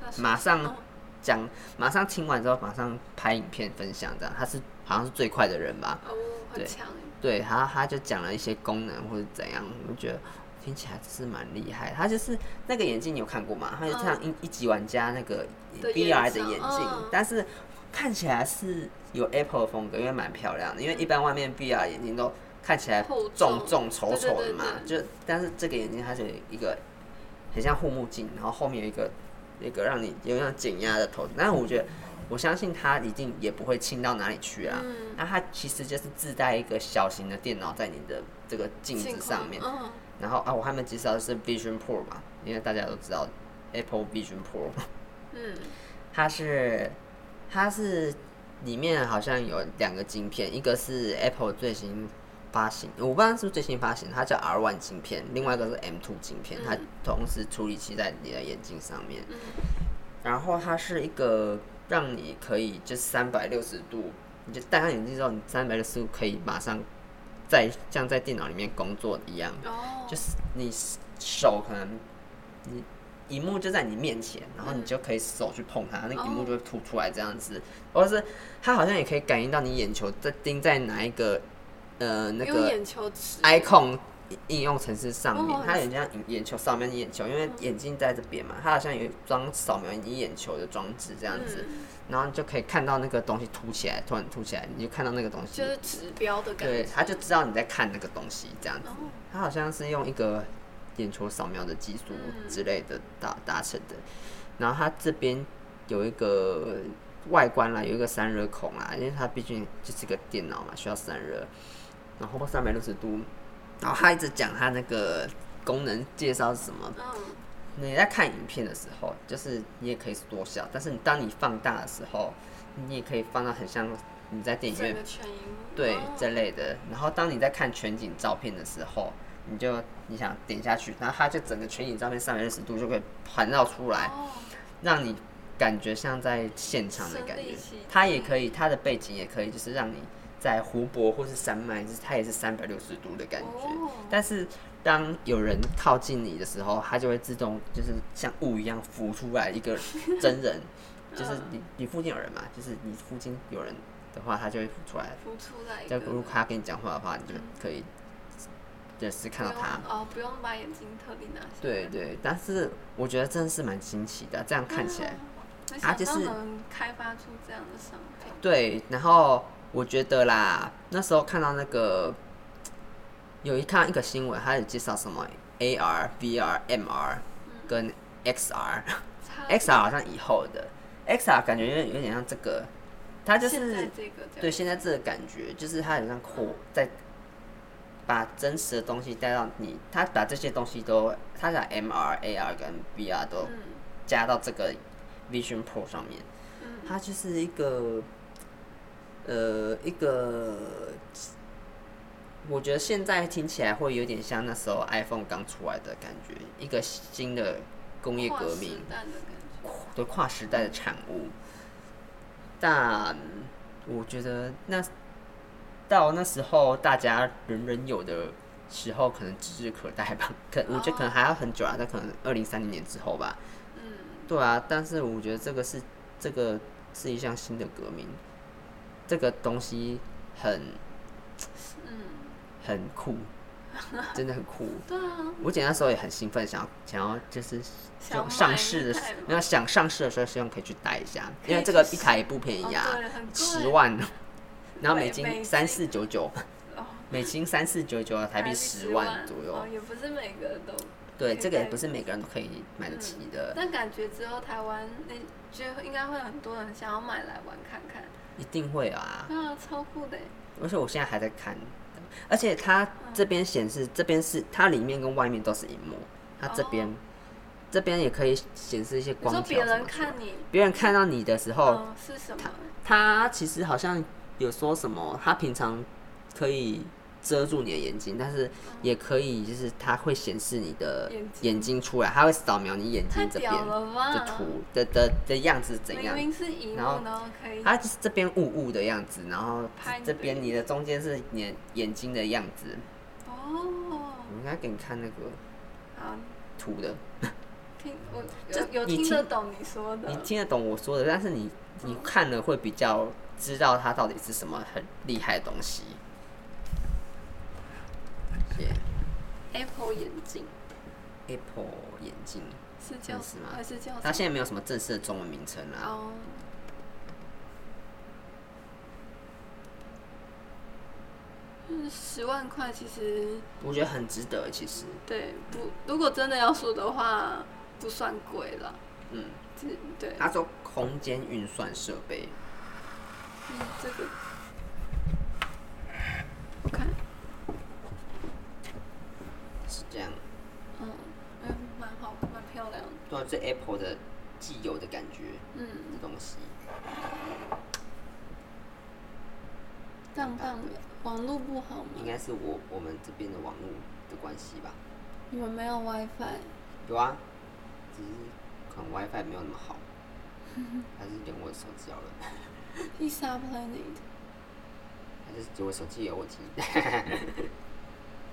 [SPEAKER 2] 他说
[SPEAKER 1] 马上
[SPEAKER 2] 哦
[SPEAKER 1] 讲，马上听完之后马上拍影片分享这样，他是好像是最快的人吧，
[SPEAKER 2] 哦，
[SPEAKER 1] 对
[SPEAKER 2] 很强耶，
[SPEAKER 1] 对，然后他就讲了一些功能或者怎样，我就觉得听起来是蛮厉害。他就是那个眼镜，你有看过吗？他就像
[SPEAKER 2] 嗯
[SPEAKER 1] 一、一级玩家那个
[SPEAKER 2] 的
[SPEAKER 1] VR
[SPEAKER 2] 眼
[SPEAKER 1] 的
[SPEAKER 2] 罩
[SPEAKER 1] 眼镜，
[SPEAKER 2] 嗯
[SPEAKER 1] 但是看起来是有 Apple 的风格，因为蛮漂亮的。因为一般外面 VR 眼镜都看起来
[SPEAKER 2] 嗯厚
[SPEAKER 1] 重重
[SPEAKER 2] 重
[SPEAKER 1] 丑
[SPEAKER 2] 对对
[SPEAKER 1] 丑
[SPEAKER 2] 对
[SPEAKER 1] 的嘛，就但是这个眼镜它是有一个很像护目镜，然后后面有一个那个让你有点像减压的头，但是我觉得。我相信它一定也不会轻到哪里去啊。
[SPEAKER 2] 嗯
[SPEAKER 1] 那它其实就是自带一个小型的电脑在你的这个镜子上面。
[SPEAKER 2] 嗯，
[SPEAKER 1] 然后啊，我还没介绍的是 Vision Pro 嘛，因为大家都知道 Apple Vision Pro，
[SPEAKER 2] 嗯，
[SPEAKER 1] 它是它是里面好像有两个晶片，一个是 Apple 最新发行，我不知道是不是最新发行，它叫 R One 晶片，另外一个是 M Two 晶片，它
[SPEAKER 2] 嗯
[SPEAKER 1] 同时处理器在你的眼睛上面。
[SPEAKER 2] 嗯
[SPEAKER 1] 然后它是一个让你可以就三百六十度，你就戴上眼镜之后，你三百六十度可以马上在像在电脑里面工作一样，
[SPEAKER 2] 哦，
[SPEAKER 1] 就是你手可能你荧幕就在你面前，然后你
[SPEAKER 2] 嗯
[SPEAKER 1] 就可以手去碰它，那个荧幕
[SPEAKER 2] 哦
[SPEAKER 1] 就会凸出来这样子，或者是它好像也可以感应到你眼球在盯在哪一个呃那
[SPEAKER 2] 用
[SPEAKER 1] 个
[SPEAKER 2] 眼球指
[SPEAKER 1] icon 应用程式上面
[SPEAKER 2] 哦，
[SPEAKER 1] 它很像眼球扫描你眼球，因为眼睛在这边嘛，它好像有一装扫描你眼球的装置这样子，
[SPEAKER 2] 嗯
[SPEAKER 1] 然后你就可以看到那个东西凸起来，突然凸起来，你就看到那个东西
[SPEAKER 2] 就，是指标的感
[SPEAKER 1] 对
[SPEAKER 2] 觉。，
[SPEAKER 1] 它就知道你在看那个东西这样子。
[SPEAKER 2] 哦，
[SPEAKER 1] 它好像是用一个眼球扫描的技术之类的达达成的。然后它这边有一个外观啦，有一个散热孔啦，因为它毕竟就是个电脑嘛，需要散热。然后三百六十度，然后他一直讲他那个功能介绍是什么。
[SPEAKER 2] 嗯，
[SPEAKER 1] 你在看影片的时候，就是你也可以缩小，但是你当你放大的时候，你也可以放到很像你在电影院
[SPEAKER 2] 整个全荧幕。
[SPEAKER 1] 对
[SPEAKER 2] 哦
[SPEAKER 1] 这类的。然后当你在看全景照片的时候，你就你想点下去，然后它就整个全景照片三百六十度就会环绕出来，
[SPEAKER 2] 哦
[SPEAKER 1] 让你感觉像在现场的
[SPEAKER 2] 身
[SPEAKER 1] 感
[SPEAKER 2] 临
[SPEAKER 1] 觉
[SPEAKER 2] 其。
[SPEAKER 1] 它也可以，它的背景也可以，就是让你在湖泊或是山脉，就是它也是三百六十度的感觉。
[SPEAKER 2] 哦
[SPEAKER 1] 但是当有人靠近你的时候，它就会自动就是像雾一样浮出来一个真 人，就是
[SPEAKER 2] 嗯
[SPEAKER 1] 你你附近有人嘛，就是你附近有人的话，它就会浮出来。
[SPEAKER 2] 浮出来一
[SPEAKER 1] 但
[SPEAKER 2] 个。
[SPEAKER 1] 如果他跟你讲话的话，你就可以就是看到
[SPEAKER 2] 不用
[SPEAKER 1] 他。
[SPEAKER 2] 哦，不用把眼睛特地拿下来。
[SPEAKER 1] 对对，但是我觉得真的是蛮新奇的，这样看起来。
[SPEAKER 2] 嗯，没
[SPEAKER 1] 啊
[SPEAKER 2] 想
[SPEAKER 1] 就
[SPEAKER 2] 到
[SPEAKER 1] 是
[SPEAKER 2] 能开发出这样的商品。
[SPEAKER 1] 对，然后我觉得啦，那时候看到那个有一看到一个新闻，他有介绍什么 AR、VR、MR 跟 XR。
[SPEAKER 2] 差
[SPEAKER 1] XR 好像以后的 XR 感觉有点有点像这个，它就
[SPEAKER 2] 现在
[SPEAKER 1] 是
[SPEAKER 2] 这个这
[SPEAKER 1] 对
[SPEAKER 2] 样，
[SPEAKER 1] 现在这个感觉，就是它很像扩在把真实的东西带到你，它把这些东西都，它把 MR、AR 跟 VR 都
[SPEAKER 2] 嗯
[SPEAKER 1] 加到这个 Vision Pro 上面，
[SPEAKER 2] 嗯，
[SPEAKER 1] 它就是一个呃一个。我觉得现在听起来会有点像那时候 iPhone 刚出来的感觉，一个新的工业
[SPEAKER 2] 跨
[SPEAKER 1] 革
[SPEAKER 2] 时
[SPEAKER 1] 命。
[SPEAKER 2] 代的感觉
[SPEAKER 1] 对跨时代的产物。但我觉得那到那时候大家人人有的时候，可能指日可待吧。可我觉得可能还要很久啊，那可能二零三零年之后吧。
[SPEAKER 2] 哦嗯，
[SPEAKER 1] 对啊，但是我觉得这个是这个是一项新的革命，这个东西很
[SPEAKER 2] 嗯
[SPEAKER 1] 很酷，真的很酷。
[SPEAKER 2] 对啊，
[SPEAKER 1] 我姐那时候也很兴奋，想要想要就是
[SPEAKER 2] 想买
[SPEAKER 1] 上市的时
[SPEAKER 2] 一台吗，
[SPEAKER 1] 那想上市的时候，希望可以去带一下，
[SPEAKER 2] 可以
[SPEAKER 1] 因为这个
[SPEAKER 2] 去
[SPEAKER 1] 一台也不便宜
[SPEAKER 2] 哦
[SPEAKER 1] 啊
[SPEAKER 2] 对很，贵
[SPEAKER 1] 十万， 然后美
[SPEAKER 2] 美美
[SPEAKER 1] 金
[SPEAKER 2] 金
[SPEAKER 1] 三四九九，
[SPEAKER 2] 哦，
[SPEAKER 1] 美金三四九九，台币十
[SPEAKER 2] 10
[SPEAKER 1] 万左右
[SPEAKER 2] 哦，。也不是每个都，
[SPEAKER 1] 对，
[SPEAKER 2] 可以
[SPEAKER 1] 这个也
[SPEAKER 2] 带
[SPEAKER 1] 不是每个人都可以买得起的，
[SPEAKER 2] 但感觉之后台湾那就应该会很多人想要买来玩看看，
[SPEAKER 1] 一定会啊。
[SPEAKER 2] 对啊，超酷的耶，
[SPEAKER 1] 而且我现在还在看，而且它这边显示，这边是它里面跟外面都是荧幕，它这边、
[SPEAKER 2] 哦
[SPEAKER 1] 这边也可以显示一些
[SPEAKER 2] 你
[SPEAKER 1] 光
[SPEAKER 2] 说
[SPEAKER 1] 条
[SPEAKER 2] 别
[SPEAKER 1] 什
[SPEAKER 2] 人
[SPEAKER 1] 么之类的哦
[SPEAKER 2] 看你，
[SPEAKER 1] 别人看到你的时候，
[SPEAKER 2] 嗯，是什么？
[SPEAKER 1] 他其实好像有说什么，他平常可以遮住你的眼睛，但是也可以就是它会显示你的
[SPEAKER 2] 眼睛
[SPEAKER 1] 眼睛出来，它会扫描你眼
[SPEAKER 2] 太
[SPEAKER 1] 睛这边
[SPEAKER 2] 屌了吧
[SPEAKER 1] 的图的的的样子怎
[SPEAKER 2] 明
[SPEAKER 1] 样。
[SPEAKER 2] 明是荧幕，
[SPEAKER 1] 然后啊
[SPEAKER 2] 然后可以
[SPEAKER 1] 它就是这边雾雾的样子，然后
[SPEAKER 2] 拍你的
[SPEAKER 1] 这边你的中间是你的眼睛的样子。
[SPEAKER 2] 哦，
[SPEAKER 1] 我应该给你看那个
[SPEAKER 2] 好，
[SPEAKER 1] 图的，
[SPEAKER 2] 听我
[SPEAKER 1] 这
[SPEAKER 2] 有有
[SPEAKER 1] 你
[SPEAKER 2] 听
[SPEAKER 1] 听
[SPEAKER 2] 得懂你说的，
[SPEAKER 1] 你听得懂我说的，但是你你看了会比较知道它到底是什么很厉害的东西。谢谢
[SPEAKER 2] Apple 眼镜
[SPEAKER 1] Apple 眼镜，
[SPEAKER 2] 是叫
[SPEAKER 1] 是
[SPEAKER 2] 什么？
[SPEAKER 1] 吗
[SPEAKER 2] 还是叫
[SPEAKER 1] 它
[SPEAKER 2] 什
[SPEAKER 1] 现在没有什么正式的中文名称
[SPEAKER 2] 么？
[SPEAKER 1] 啊。
[SPEAKER 2] 哦，嗯，十万块其实
[SPEAKER 1] 我觉得很值得，其实，
[SPEAKER 2] 对不，如果真的要说的话，不算贵了。
[SPEAKER 1] 嗯，
[SPEAKER 2] 这对，
[SPEAKER 1] 它做空间运算设备，
[SPEAKER 2] 嗯，这个我看，
[SPEAKER 1] 是这样，
[SPEAKER 2] 嗯嗯，蛮好，蛮漂亮的。
[SPEAKER 1] 对啊，这 Apple 的既有的感觉
[SPEAKER 2] 嗯，
[SPEAKER 1] 的东西。
[SPEAKER 2] 棒棒的。网络不好
[SPEAKER 1] 应
[SPEAKER 2] 吗？
[SPEAKER 1] 该是我我们这边的网络的关系吧。
[SPEAKER 2] 你们没有 WiFi？
[SPEAKER 1] 有啊，只是可能 WiFi 没有那么 好，还是连我的手机好了，
[SPEAKER 2] Pizza Planet，
[SPEAKER 1] 还是只有我手机有 问题。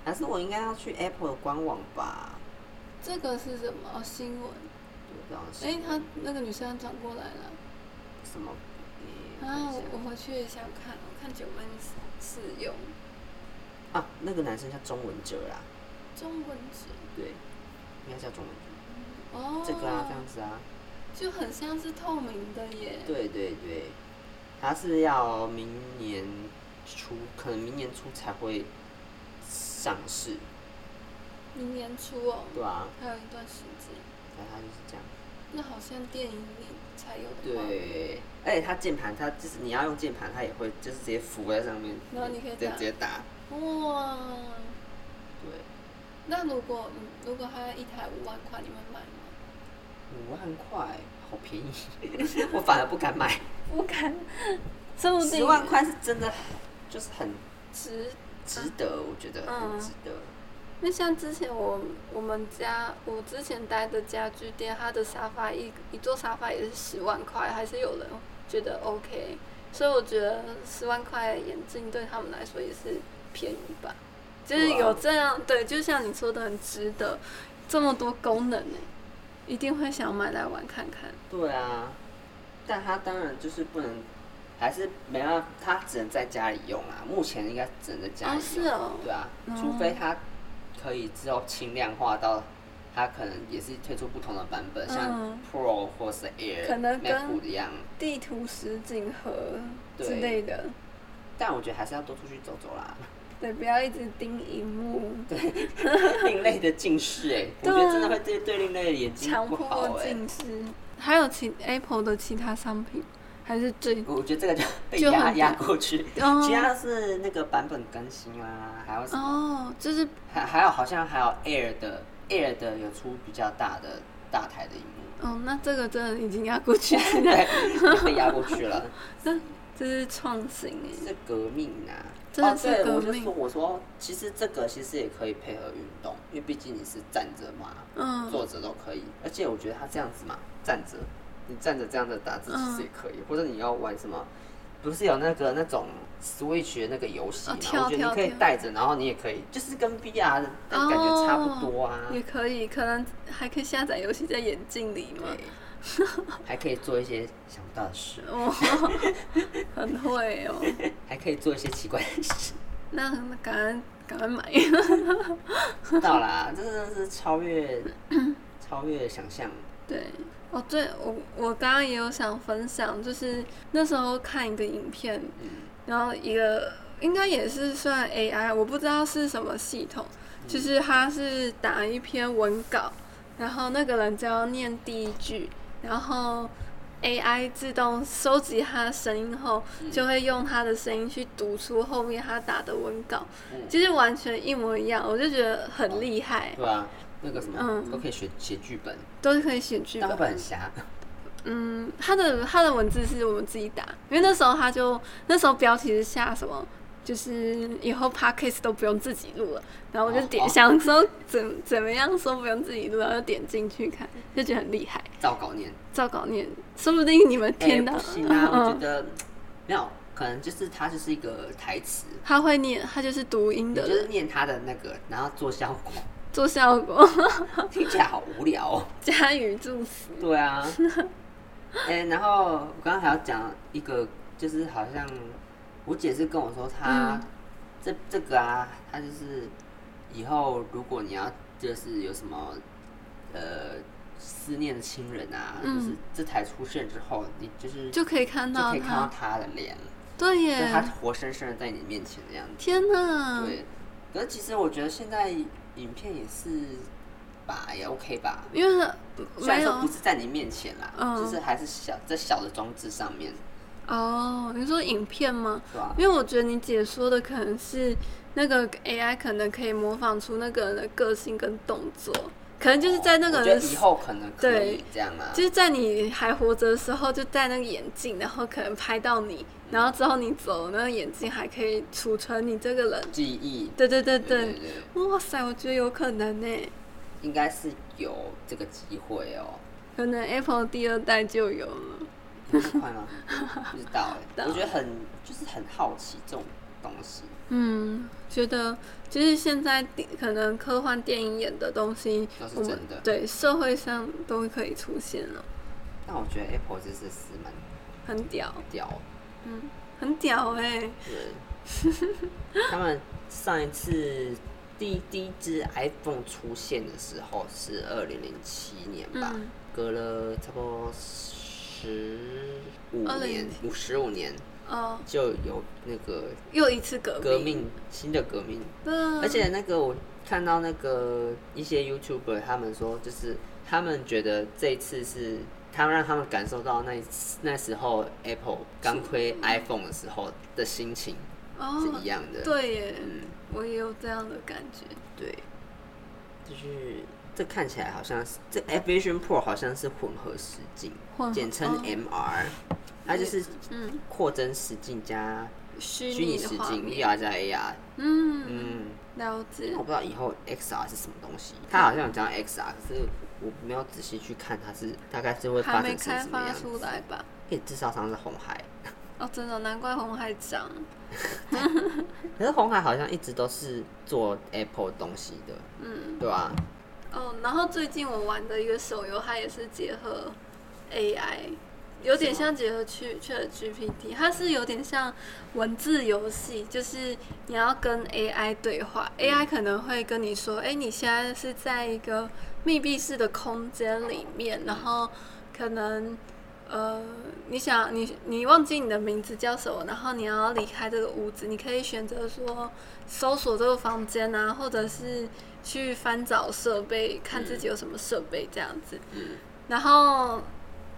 [SPEAKER 1] 还是我应该要去 Apple 的官网吧？
[SPEAKER 2] 这个是什么？哦，新闻。
[SPEAKER 1] 我不知道是
[SPEAKER 2] 哎、她那个女生转过来了
[SPEAKER 1] 什么。
[SPEAKER 2] 啊！我
[SPEAKER 1] 嗯
[SPEAKER 2] 我回去也想看，我看九班室友
[SPEAKER 1] 啊，那个男生叫钟文哲啊啦，
[SPEAKER 2] 中文字
[SPEAKER 1] 对，应该叫钟文哲，
[SPEAKER 2] 哦，
[SPEAKER 1] 这个啊，这样子啊，
[SPEAKER 2] 就很像是透明的耶。
[SPEAKER 1] 对对对，他是要明年初，可能明年初才会上市，
[SPEAKER 2] 明年初哦，
[SPEAKER 1] 对啊，
[SPEAKER 2] 还有一段时间，
[SPEAKER 1] 那他就是这样，
[SPEAKER 2] 那好像电影里才有的画面。
[SPEAKER 1] 对，而且他键盘，他就是你要用键盘，他也会就是直接浮在上面，
[SPEAKER 2] 然后你可以
[SPEAKER 1] 直接
[SPEAKER 2] 打
[SPEAKER 1] 直接打，
[SPEAKER 2] 哇！
[SPEAKER 1] 对，
[SPEAKER 2] 那如果如果他一台五万块，你会买吗？
[SPEAKER 1] 五万块，好便宜， 我反而不敢买，
[SPEAKER 2] 不敢，说不定
[SPEAKER 1] 十万块是真的，就是很
[SPEAKER 2] 值
[SPEAKER 1] 值得，我觉得很值得。
[SPEAKER 2] 那像之前我我们家我之前待的家具店，它的沙发一一座沙发也是十万块，还是有人觉得 OK，所以我觉得十万块眼镜对他们来说也是便宜吧，就是有这样对，就像你说的很值得，这么多功能呢，一定会想买来玩看看。
[SPEAKER 1] 对啊，但他当然就是不能，还是没办法，他只能在家里用啊。目前应该只能在家
[SPEAKER 2] 哦，
[SPEAKER 1] 里
[SPEAKER 2] 是
[SPEAKER 1] 用，
[SPEAKER 2] 哦，
[SPEAKER 1] 对啊，
[SPEAKER 2] 哦
[SPEAKER 1] 除非他可以之后轻量化到。他可能也是推出不同的版本，像
[SPEAKER 2] 嗯
[SPEAKER 1] Pro 或是 Air、
[SPEAKER 2] 可能跟
[SPEAKER 1] MacBook 一样，
[SPEAKER 2] 地图实景盒之
[SPEAKER 1] 对
[SPEAKER 2] 类的，
[SPEAKER 1] 但我觉得还是要多出去走走啦，
[SPEAKER 2] 对，不要一直盯荧幕，
[SPEAKER 1] 另类的近视哎、我
[SPEAKER 2] 对啊
[SPEAKER 1] 觉得真的会对对另类的眼睛
[SPEAKER 2] 强
[SPEAKER 1] 不好
[SPEAKER 2] 迫
[SPEAKER 1] 哎、
[SPEAKER 2] 近视，还有其 Apple 的其他商品，还是最
[SPEAKER 1] 我觉得这个就被
[SPEAKER 2] 就
[SPEAKER 1] 压
[SPEAKER 2] 很
[SPEAKER 1] 压
[SPEAKER 2] 大
[SPEAKER 1] 过去，
[SPEAKER 2] 哦
[SPEAKER 1] 其他是那个版本更新啦，还有什么
[SPEAKER 2] 哦，就是
[SPEAKER 1] 还还有好像还有 Air 的 Air 的有出比较大的大台的荧幕，
[SPEAKER 2] 哦，那这个真的已经压过 去了，
[SPEAKER 1] 对，被压过去了，
[SPEAKER 2] 这是创新
[SPEAKER 1] 这
[SPEAKER 2] 哎，
[SPEAKER 1] 是革命啊！
[SPEAKER 2] 真的是
[SPEAKER 1] 哦、对，
[SPEAKER 2] 革
[SPEAKER 1] 我就
[SPEAKER 2] 命
[SPEAKER 1] 说我说，其实这个其实也可以配合运动，因为毕竟你是站着嘛，
[SPEAKER 2] 嗯，
[SPEAKER 1] 坐着都可以，而且我觉得它这样子嘛，站着，你站着这样的打字
[SPEAKER 2] 嗯
[SPEAKER 1] 其实也可以，或者你要玩什么。不是有那个那种 Switch 的那个游戏嘛？
[SPEAKER 2] 哦跳
[SPEAKER 1] 我觉得
[SPEAKER 2] 跳
[SPEAKER 1] 你可以
[SPEAKER 2] 跳
[SPEAKER 1] 带着，然后你也可以，就是跟 VR 的感觉差不多啊。
[SPEAKER 2] 也可以，可能还可以下载游戏在眼镜里嘛，
[SPEAKER 1] 对，还可以做一些想不到的 事，
[SPEAKER 2] 哦，很会哦，
[SPEAKER 1] 还可以做一些奇怪的事。
[SPEAKER 2] 那那赶快赶快买，
[SPEAKER 1] 到啦，这真的是超 越超越想象。
[SPEAKER 2] 对。哦，对我我刚刚也有想分享，就是那时候看一个影片，
[SPEAKER 1] 嗯，
[SPEAKER 2] 然后一个应该也是算 AI，我不知道是什么系统，
[SPEAKER 1] 嗯
[SPEAKER 2] 就是他是打一篇文稿，然后那个人只要念第一句，然后 AI 自动收集他的声音后，
[SPEAKER 1] 嗯
[SPEAKER 2] 就会用他的声音去读出后面他打的文稿，
[SPEAKER 1] 嗯
[SPEAKER 2] 其实完全一模一样，我就觉得很厉害，
[SPEAKER 1] 对啊，那个什么、
[SPEAKER 2] 嗯
[SPEAKER 1] 都可以写写剧本，
[SPEAKER 2] 都是可以写剧
[SPEAKER 1] 但会
[SPEAKER 2] 本
[SPEAKER 1] 不。会很狭？
[SPEAKER 2] 嗯，他的他的文字是我们自己打，因为那时候他就那时候标题是下什么，就是以后 podcast 都不用自己录了，然后我就点、
[SPEAKER 1] 哦哦
[SPEAKER 2] 想说怎怎么样说不用自己录，然后就点进去看，就觉得很厉害。
[SPEAKER 1] 照稿 念，
[SPEAKER 2] 照稿念，说不定你们
[SPEAKER 1] 哎、
[SPEAKER 2] 听到，
[SPEAKER 1] 不行啊，我觉
[SPEAKER 2] 嗯，
[SPEAKER 1] 得没有，可能就是它就是一个台词，
[SPEAKER 2] 他会念，他就是读音
[SPEAKER 1] 你
[SPEAKER 2] 的
[SPEAKER 1] 就是
[SPEAKER 2] 人，
[SPEAKER 1] 念它的那个，然后做效果，
[SPEAKER 2] 做效果
[SPEAKER 1] 听起来好无聊、哦。
[SPEAKER 2] 加语助词。
[SPEAKER 1] 对 啊，哎、然后我刚刚还要讲一个，就是好像我姐是跟我说她，
[SPEAKER 2] 嗯
[SPEAKER 1] 这这个啊，她就是以后如果你要就是有什么呃思念的亲人啊，
[SPEAKER 2] 嗯
[SPEAKER 1] 就是这台出现之后，你就是
[SPEAKER 2] 就可以看
[SPEAKER 1] 就
[SPEAKER 2] 到
[SPEAKER 1] 可以看到
[SPEAKER 2] 他，
[SPEAKER 1] 她的脸，
[SPEAKER 2] 对嗯
[SPEAKER 1] 就是她
[SPEAKER 2] 耶！
[SPEAKER 1] 活生生的在你面前的样子。
[SPEAKER 2] 天哪，
[SPEAKER 1] 对，可是其实我觉得现在影片也是吧，也 OK 吧。
[SPEAKER 2] 因为
[SPEAKER 1] 虽然
[SPEAKER 2] 没
[SPEAKER 1] 说
[SPEAKER 2] 有
[SPEAKER 1] 不是在你面前啦，
[SPEAKER 2] 嗯
[SPEAKER 1] 就是还是小在小的装置上面，
[SPEAKER 2] 哦，你说影片吗？
[SPEAKER 1] 对吧、
[SPEAKER 2] 因为我觉得你姐说的可能是那个 AI 可能可以模仿出那个人的个性跟动作，可能就是在那个
[SPEAKER 1] 我觉
[SPEAKER 2] 人
[SPEAKER 1] 得以后可能可以
[SPEAKER 2] 对
[SPEAKER 1] 这样啊，
[SPEAKER 2] 就是在你还活着的时候就戴那个眼镜，然后可能拍到你，然后之后你走，那个眼镜还可以储存你这个人。
[SPEAKER 1] 记忆，
[SPEAKER 2] 对对对
[SPEAKER 1] 对
[SPEAKER 2] 对，
[SPEAKER 1] 对，
[SPEAKER 2] 哇塞，我觉得有可能欸呢，
[SPEAKER 1] 应该是有这个机会哦、
[SPEAKER 2] 可能 Apple 第二代就有了。
[SPEAKER 1] 有这么快吗？不知道哎、
[SPEAKER 2] 道
[SPEAKER 1] 我觉得很就是很好奇这种东西，
[SPEAKER 2] 嗯，觉得就是现在电可能科幻电影演的东西，
[SPEAKER 1] 都是
[SPEAKER 2] 我们
[SPEAKER 1] 真的
[SPEAKER 2] 对社会上都可以出现了，
[SPEAKER 1] 但我觉得 Apple 这次是蛮
[SPEAKER 2] 很屌，
[SPEAKER 1] 屌的，
[SPEAKER 2] 很屌哎、
[SPEAKER 1] 对，他们上一次第第一只 iPhone 出现的时候是二零零七年吧，
[SPEAKER 2] 嗯
[SPEAKER 1] 隔了差不多十五年
[SPEAKER 2] 2007，
[SPEAKER 1] 五十五年
[SPEAKER 2] 哦，
[SPEAKER 1] 就有那个
[SPEAKER 2] 又一次革命，
[SPEAKER 1] 革命，新的革命。
[SPEAKER 2] 对啊，
[SPEAKER 1] 而且那个我看到那个一些 YouTuber 他们说，就是他们觉得这一次是他们让他们感受到那一次那时候 Apple 刚推 iPhone 的时候的心情是
[SPEAKER 2] 哦
[SPEAKER 1] 一，样的。
[SPEAKER 2] 对耶，
[SPEAKER 1] 嗯，
[SPEAKER 2] 我也有这样的感觉，
[SPEAKER 1] 对，就是这看起来好像是这 a Vision Pro 好像是混合实镜
[SPEAKER 2] 混，
[SPEAKER 1] 嗯
[SPEAKER 2] 合
[SPEAKER 1] 简称
[SPEAKER 2] 哦
[SPEAKER 1] MR，它就是
[SPEAKER 2] 嗯，
[SPEAKER 1] 扩增实镜加
[SPEAKER 2] 虚
[SPEAKER 1] 虚拟
[SPEAKER 2] 的
[SPEAKER 1] 实
[SPEAKER 2] 画
[SPEAKER 1] 境
[SPEAKER 2] 面，
[SPEAKER 1] VR 加 AR。
[SPEAKER 2] 嗯，
[SPEAKER 1] 嗯。
[SPEAKER 2] 了解
[SPEAKER 1] 因为我，不知道以后 XR 是什么东西，它好像有讲 XR，可是我没有仔细去看它是大概是会
[SPEAKER 2] 还
[SPEAKER 1] 发
[SPEAKER 2] 没
[SPEAKER 1] 展成
[SPEAKER 2] 开
[SPEAKER 1] 什么
[SPEAKER 2] 发
[SPEAKER 1] 样子。
[SPEAKER 2] 出来吧？
[SPEAKER 1] 因为至少上是红海，
[SPEAKER 2] 哦，真的，难怪红海涨，
[SPEAKER 1] 可是红海好像一直都是做 Apple 东西的，
[SPEAKER 2] 嗯。
[SPEAKER 1] 对吧、
[SPEAKER 2] 哦，然后最近我玩的一个手游，它也是结合 AI，有点像结合去 Chat GPT，它是有点像文字游戏，就是你要跟 AI 对话、a i 可能会跟你说，哎，你现在是在一个密闭式的空间里面，然后可能。呃，你想你你忘记你的名字叫什么，然后你要离开这个屋子，你可以选择说搜索这个房间啊，或者是去翻找设备，看自己有什么设备这样子。
[SPEAKER 1] 嗯
[SPEAKER 2] 然后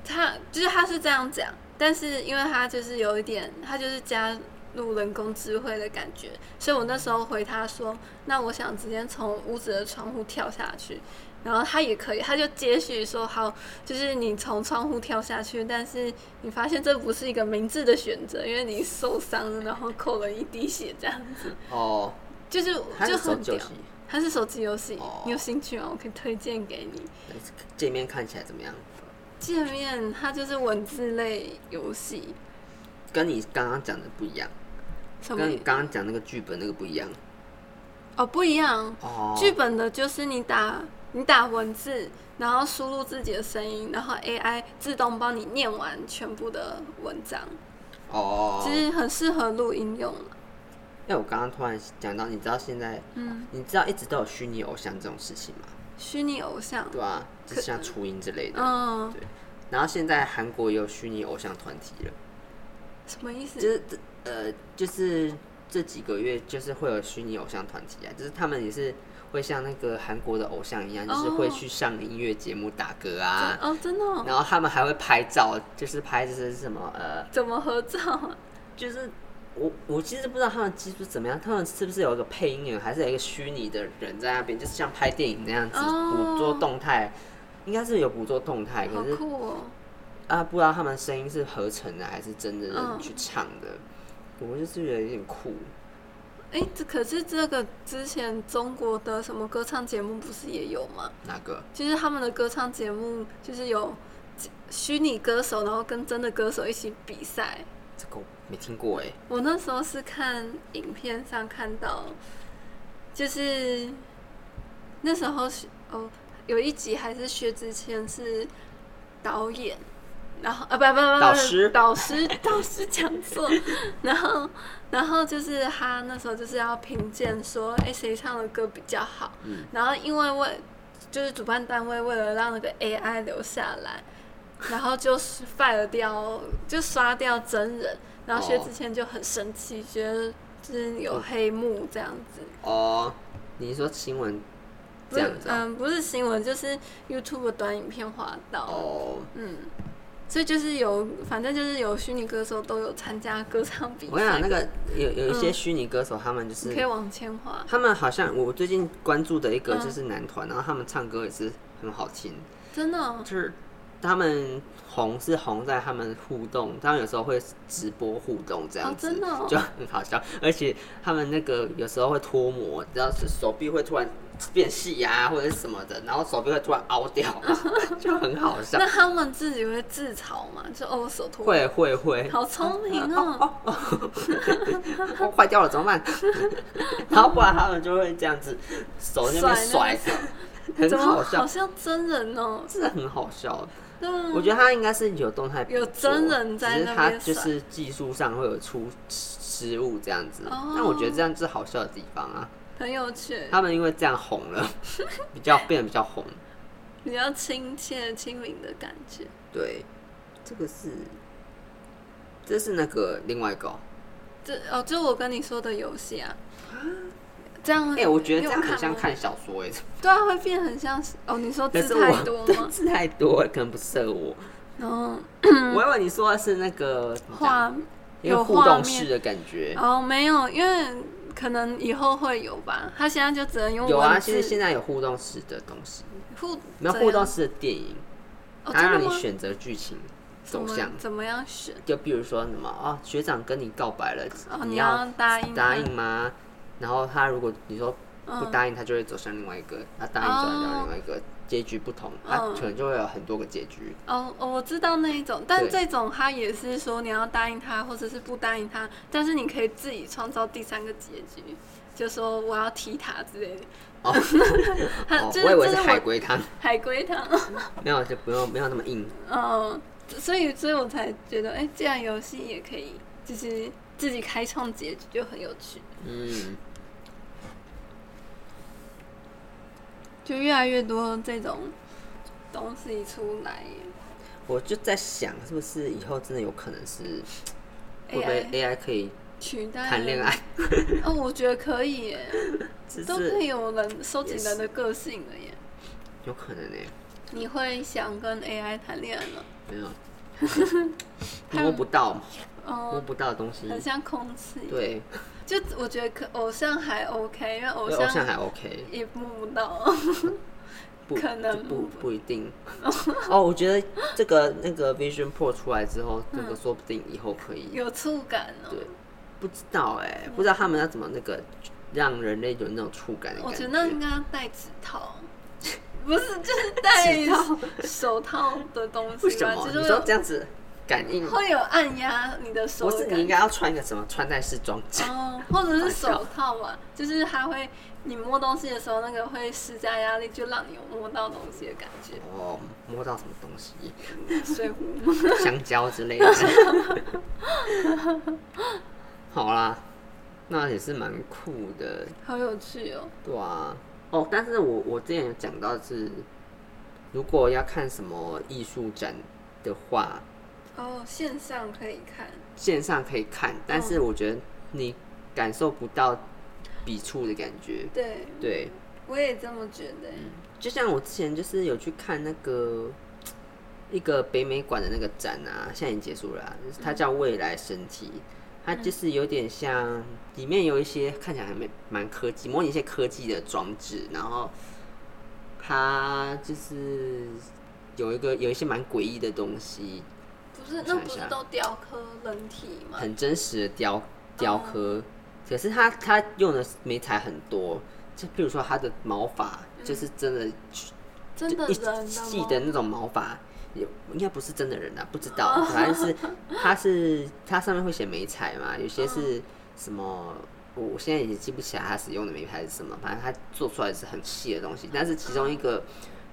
[SPEAKER 2] 他就是他是这样讲，但是因为他就是有一点，他就是加入人工智慧的感觉，所以我那时候回他说，那我想直接从屋子的窗户跳下去。然后他也可以，他就接续说好，就是你从窗户跳下去，但是你发现这不是一个明智的选择，因为你受伤了，然后扣了一滴血，这样子
[SPEAKER 1] 哦，
[SPEAKER 2] 就是
[SPEAKER 1] 它
[SPEAKER 2] 就是
[SPEAKER 1] 手
[SPEAKER 2] 很
[SPEAKER 1] 机游
[SPEAKER 2] 屌
[SPEAKER 1] 戏。，
[SPEAKER 2] 它是手机游戏
[SPEAKER 1] 哦，
[SPEAKER 2] 你有兴趣吗？我可以推荐给你。
[SPEAKER 1] 对界面看起来怎么样？
[SPEAKER 2] 界面它就是文字类游戏，
[SPEAKER 1] 跟你刚刚讲的不一样，
[SPEAKER 2] 什么
[SPEAKER 1] 跟你刚刚讲那个剧本那个不一样
[SPEAKER 2] 哦不一样。
[SPEAKER 1] 哦。
[SPEAKER 2] 剧本的就是你打你打文字，然后输入自己的声音，然后 AI 自动帮你念完全部的文章，
[SPEAKER 1] 哦，
[SPEAKER 2] 其实很适合录音用了。
[SPEAKER 1] 因为我刚刚突然讲到，你知道现在，
[SPEAKER 2] 嗯，
[SPEAKER 1] 你知道一直都有虚拟偶像这种事情吗？
[SPEAKER 2] 虚拟偶像，
[SPEAKER 1] 对啊，就是像初音之类的。
[SPEAKER 2] 嗯，
[SPEAKER 1] 对，然后现在韩国也有虚拟偶像团体了，
[SPEAKER 2] 什么意
[SPEAKER 1] 就
[SPEAKER 2] 思？
[SPEAKER 1] 是呃，就是这几个月就是会有虚拟偶像团体啊，就是他们也是会像那个韩国的偶像一样，就是会去上音乐节目打歌啊，
[SPEAKER 2] 哦，真的哦、
[SPEAKER 1] 然后他们还会拍照，就是拍就是什么呃，
[SPEAKER 2] 怎么合照啊？
[SPEAKER 1] 就是。我我其实不知道他们技术怎么样，他们是不是有一个配音员，还是有一个虚拟的人在那边，就是像拍电影那样子
[SPEAKER 2] 哦
[SPEAKER 1] 捕捉动态，应该是有捕捉动态，
[SPEAKER 2] 好
[SPEAKER 1] 可是
[SPEAKER 2] 酷哦！
[SPEAKER 1] 啊，不知道他们声音是合成的还是真的人
[SPEAKER 2] 嗯
[SPEAKER 1] 去唱的，我就是觉得有点酷。
[SPEAKER 2] 哎、这可是这个之前中国的什么歌唱节目不是也有吗？
[SPEAKER 1] 哪个？
[SPEAKER 2] 就是他们的歌唱节目就是有虚拟歌手，然后跟真的歌手一起比赛。
[SPEAKER 1] 这个我没听过哎、
[SPEAKER 2] 我那时候是看影片上看到，就是那时候是哦，有一集还是薛之谦是导演，然后啊不不不不
[SPEAKER 1] 导师
[SPEAKER 2] 导师导师讲座，然后然后就是他那时候就是要评鉴说，哎谁唱的歌比较好，
[SPEAKER 1] 嗯
[SPEAKER 2] 然后因为为就是主办单位为了让那个 AI 留下来，然后就是 fire 掉， 就刷掉真人，然后薛之谦就很生气，觉得就是有黑幕这样子。
[SPEAKER 1] 哦，你说新闻
[SPEAKER 2] 不
[SPEAKER 1] 这
[SPEAKER 2] 是
[SPEAKER 1] 样子啊、
[SPEAKER 2] 嗯，不是新闻，就是 YouTube 短影片滑到，
[SPEAKER 1] 哦，
[SPEAKER 2] 嗯，所以就是有，反正就是有虚拟歌手都有参加歌唱比赛。
[SPEAKER 1] 我跟你讲，那个有有一些
[SPEAKER 2] 嗯
[SPEAKER 1] 虚拟歌手，他们就
[SPEAKER 2] 你可以
[SPEAKER 1] 是
[SPEAKER 2] 往前滑，
[SPEAKER 1] 他们好像我最近关注的一个
[SPEAKER 2] 嗯
[SPEAKER 1] 就是男团，然后他们唱歌也是很好听，
[SPEAKER 2] 真的哦、
[SPEAKER 1] 就是他们红是红在他们互动，他们有时候会直播互动这样
[SPEAKER 2] 哦
[SPEAKER 1] 子，
[SPEAKER 2] 真的哦
[SPEAKER 1] 就很好笑。而且他们那个有时候会脱模，只要是手臂会突然变细啊，或者是什么的，然后手臂会突然凹掉 啊，就很好笑
[SPEAKER 2] 那。他们自己会自嘲吗？就哦，我手脱，
[SPEAKER 1] 会啊会会，
[SPEAKER 2] 好聪明 哦，
[SPEAKER 1] 哦坏掉了怎么 办？然后不然他们就会这样子手在那边甩
[SPEAKER 2] 甩那个手，
[SPEAKER 1] 很
[SPEAKER 2] 怎么
[SPEAKER 1] 好
[SPEAKER 2] 好
[SPEAKER 1] 笑，
[SPEAKER 2] 像真人哦？
[SPEAKER 1] 是很好笑。
[SPEAKER 2] 对啊，
[SPEAKER 1] 我觉得他应该是有动态捕捉，
[SPEAKER 2] 有真人
[SPEAKER 1] 只
[SPEAKER 2] 在
[SPEAKER 1] 是
[SPEAKER 2] 那
[SPEAKER 1] 他
[SPEAKER 2] 边
[SPEAKER 1] 就
[SPEAKER 2] 甩
[SPEAKER 1] 是技术上会有出失误这样子。
[SPEAKER 2] 哦
[SPEAKER 1] 但我觉得这样是好笑的地方啊。
[SPEAKER 2] 很有趣，
[SPEAKER 1] 他们因为这样红 了，比较变得比较红。
[SPEAKER 2] 比较亲切、亲民的感觉。
[SPEAKER 1] 对，这个是，这是那个另外一个哦。
[SPEAKER 2] 这哦，就我跟你说的游戏啊，这样
[SPEAKER 1] 哎、我觉得这样很像，
[SPEAKER 2] 嗯你有
[SPEAKER 1] 看小说哎、
[SPEAKER 2] 吗对啊，会变很像是哦，你说
[SPEAKER 1] 可
[SPEAKER 2] 字
[SPEAKER 1] 是
[SPEAKER 2] 太多
[SPEAKER 1] 我 对啊
[SPEAKER 2] 吗？
[SPEAKER 1] 字太多了，可能不适合我。
[SPEAKER 2] 然后
[SPEAKER 1] 我以为你说的是那个怎么讲
[SPEAKER 2] 嗯画
[SPEAKER 1] 一个
[SPEAKER 2] 有
[SPEAKER 1] 互
[SPEAKER 2] 画
[SPEAKER 1] 动
[SPEAKER 2] 面
[SPEAKER 1] 式的感觉。
[SPEAKER 2] 哦没有，因为可能以后会有吧。他现在就只能用
[SPEAKER 1] 有啊，
[SPEAKER 2] 文
[SPEAKER 1] 现在
[SPEAKER 2] 字
[SPEAKER 1] 现在有互动式的东西，
[SPEAKER 2] 互
[SPEAKER 1] 没有
[SPEAKER 2] 怎
[SPEAKER 1] 互动
[SPEAKER 2] 样
[SPEAKER 1] 式的电影，
[SPEAKER 2] 哦，
[SPEAKER 1] 它
[SPEAKER 2] 真的
[SPEAKER 1] 让你
[SPEAKER 2] 吗？
[SPEAKER 1] 选择剧情
[SPEAKER 2] 怎
[SPEAKER 1] 走
[SPEAKER 2] 么
[SPEAKER 1] 向。
[SPEAKER 2] 怎么样选？
[SPEAKER 1] 就比如说什么啊、哦，学长跟你告白了，
[SPEAKER 2] 哦，
[SPEAKER 1] 你
[SPEAKER 2] 你
[SPEAKER 1] 要
[SPEAKER 2] 要答应
[SPEAKER 1] 答
[SPEAKER 2] 他
[SPEAKER 1] 应吗？然后他如果你说不
[SPEAKER 2] 嗯
[SPEAKER 1] 答应，他就会走向另外一个；他答应走向
[SPEAKER 2] 哦
[SPEAKER 1] 另外一个，结局不同，他
[SPEAKER 2] 嗯
[SPEAKER 1] 可能就会有很多个结局。
[SPEAKER 2] 哦哦，我知道那一种，但
[SPEAKER 1] 对
[SPEAKER 2] 这种他也是说你要答应他，或者是不答应他，但是你可以自己创造第三个结局，就说我要踢他之类的。
[SPEAKER 1] 哦
[SPEAKER 2] 他
[SPEAKER 1] 哦，
[SPEAKER 2] 就是
[SPEAKER 1] 我以为
[SPEAKER 2] 这
[SPEAKER 1] 是
[SPEAKER 2] 是
[SPEAKER 1] 海龟汤，
[SPEAKER 2] 海龟汤，
[SPEAKER 1] 没有就不用没有那么硬。
[SPEAKER 2] 嗯，所以所以我才觉得，哎、既然游戏也可以，就是自己开创结局就很有趣，
[SPEAKER 1] 嗯，
[SPEAKER 2] 就越来越多这种东西出来。
[SPEAKER 1] 我就在想，是不是以后真的有可能是会不会
[SPEAKER 2] AI
[SPEAKER 1] AI 可以
[SPEAKER 2] 取代
[SPEAKER 1] 谈恋
[SPEAKER 2] 人
[SPEAKER 1] 爱？
[SPEAKER 2] 哦，我觉得可以耶，
[SPEAKER 1] 只
[SPEAKER 2] 都可
[SPEAKER 1] 是
[SPEAKER 2] 以有人收集
[SPEAKER 1] 也是
[SPEAKER 2] 人的个性了耶。
[SPEAKER 1] 有可能呢、欸
[SPEAKER 2] 你会想跟 AI 谈恋爱吗？
[SPEAKER 1] 没 有摸不到摸
[SPEAKER 2] 哦，
[SPEAKER 1] 不到的东西。
[SPEAKER 2] 很像空气。，
[SPEAKER 1] 对，
[SPEAKER 2] 就我觉得可偶像还 OK，因为偶
[SPEAKER 1] 对偶像
[SPEAKER 2] 像
[SPEAKER 1] 还 OK。
[SPEAKER 2] 也摸不 到。
[SPEAKER 1] 不
[SPEAKER 2] 可能
[SPEAKER 1] 就不
[SPEAKER 2] 不
[SPEAKER 1] 不一 定。哦，我觉得这个那个 Vision Pro 出来之后，这个说不定以后可以，
[SPEAKER 2] 嗯有触感哦、
[SPEAKER 1] 对不知道哎、不知道他们要怎么那个让人类有那种触感的
[SPEAKER 2] 我
[SPEAKER 1] 感
[SPEAKER 2] 觉得应该要戴指套，不是就是戴手套的东
[SPEAKER 1] 为
[SPEAKER 2] 西
[SPEAKER 1] 什
[SPEAKER 2] 吧？
[SPEAKER 1] 么？
[SPEAKER 2] 就
[SPEAKER 1] 你
[SPEAKER 2] 是
[SPEAKER 1] 说
[SPEAKER 2] 会
[SPEAKER 1] 这样子感应
[SPEAKER 2] 有，会有按压你的手
[SPEAKER 1] 不是
[SPEAKER 2] 感，
[SPEAKER 1] 你应该要穿一个什么穿戴式装置？
[SPEAKER 2] 哦，或者是手套吧，就是它会你摸东西的时候，那个会施加压力，就让你有摸到东西的感 觉，
[SPEAKER 1] 哦，摸到什么东西，
[SPEAKER 2] 水壶。
[SPEAKER 1] 香蕉之类的。 好啦，那也是蛮酷的。
[SPEAKER 2] 好有趣哦！
[SPEAKER 1] 对啊，哦，但是我我之前有讲到是，如果要看什么艺术展的话，
[SPEAKER 2] 哦，线上可以看，
[SPEAKER 1] 线上可以看，但是我觉得你感受不到笔触的感觉。
[SPEAKER 2] 对，
[SPEAKER 1] 对，
[SPEAKER 2] 我也这么觉得。欸
[SPEAKER 1] 就像我之前就是有去看那个一个北美馆的那个展啊，现在已经结束了啊、它叫《未来身体》。它就是有点像，里面有一些看起来还蛮蛮科技，模拟一些科技的装置，然后它就是有一个有一些蛮诡异的东西，
[SPEAKER 2] 不是，
[SPEAKER 1] 我
[SPEAKER 2] 那
[SPEAKER 1] 想一
[SPEAKER 2] 不是
[SPEAKER 1] 下
[SPEAKER 2] 都雕刻人体吗？
[SPEAKER 1] 很真实的雕雕刻，可是它它用的媒材很多，就譬如说它的毛发，就是真的
[SPEAKER 2] 真的
[SPEAKER 1] 一
[SPEAKER 2] 人的
[SPEAKER 1] 细
[SPEAKER 2] 吗？
[SPEAKER 1] 的那种毛发，也应该不是真的人啊，不知
[SPEAKER 2] 哦
[SPEAKER 1] 道，反正是它是它上面会写美彩嘛，有些
[SPEAKER 2] 嗯
[SPEAKER 1] 是什么。我我现在也记不起来它使用的美彩是什么，反正它做出来是很细的东西，但是其中一个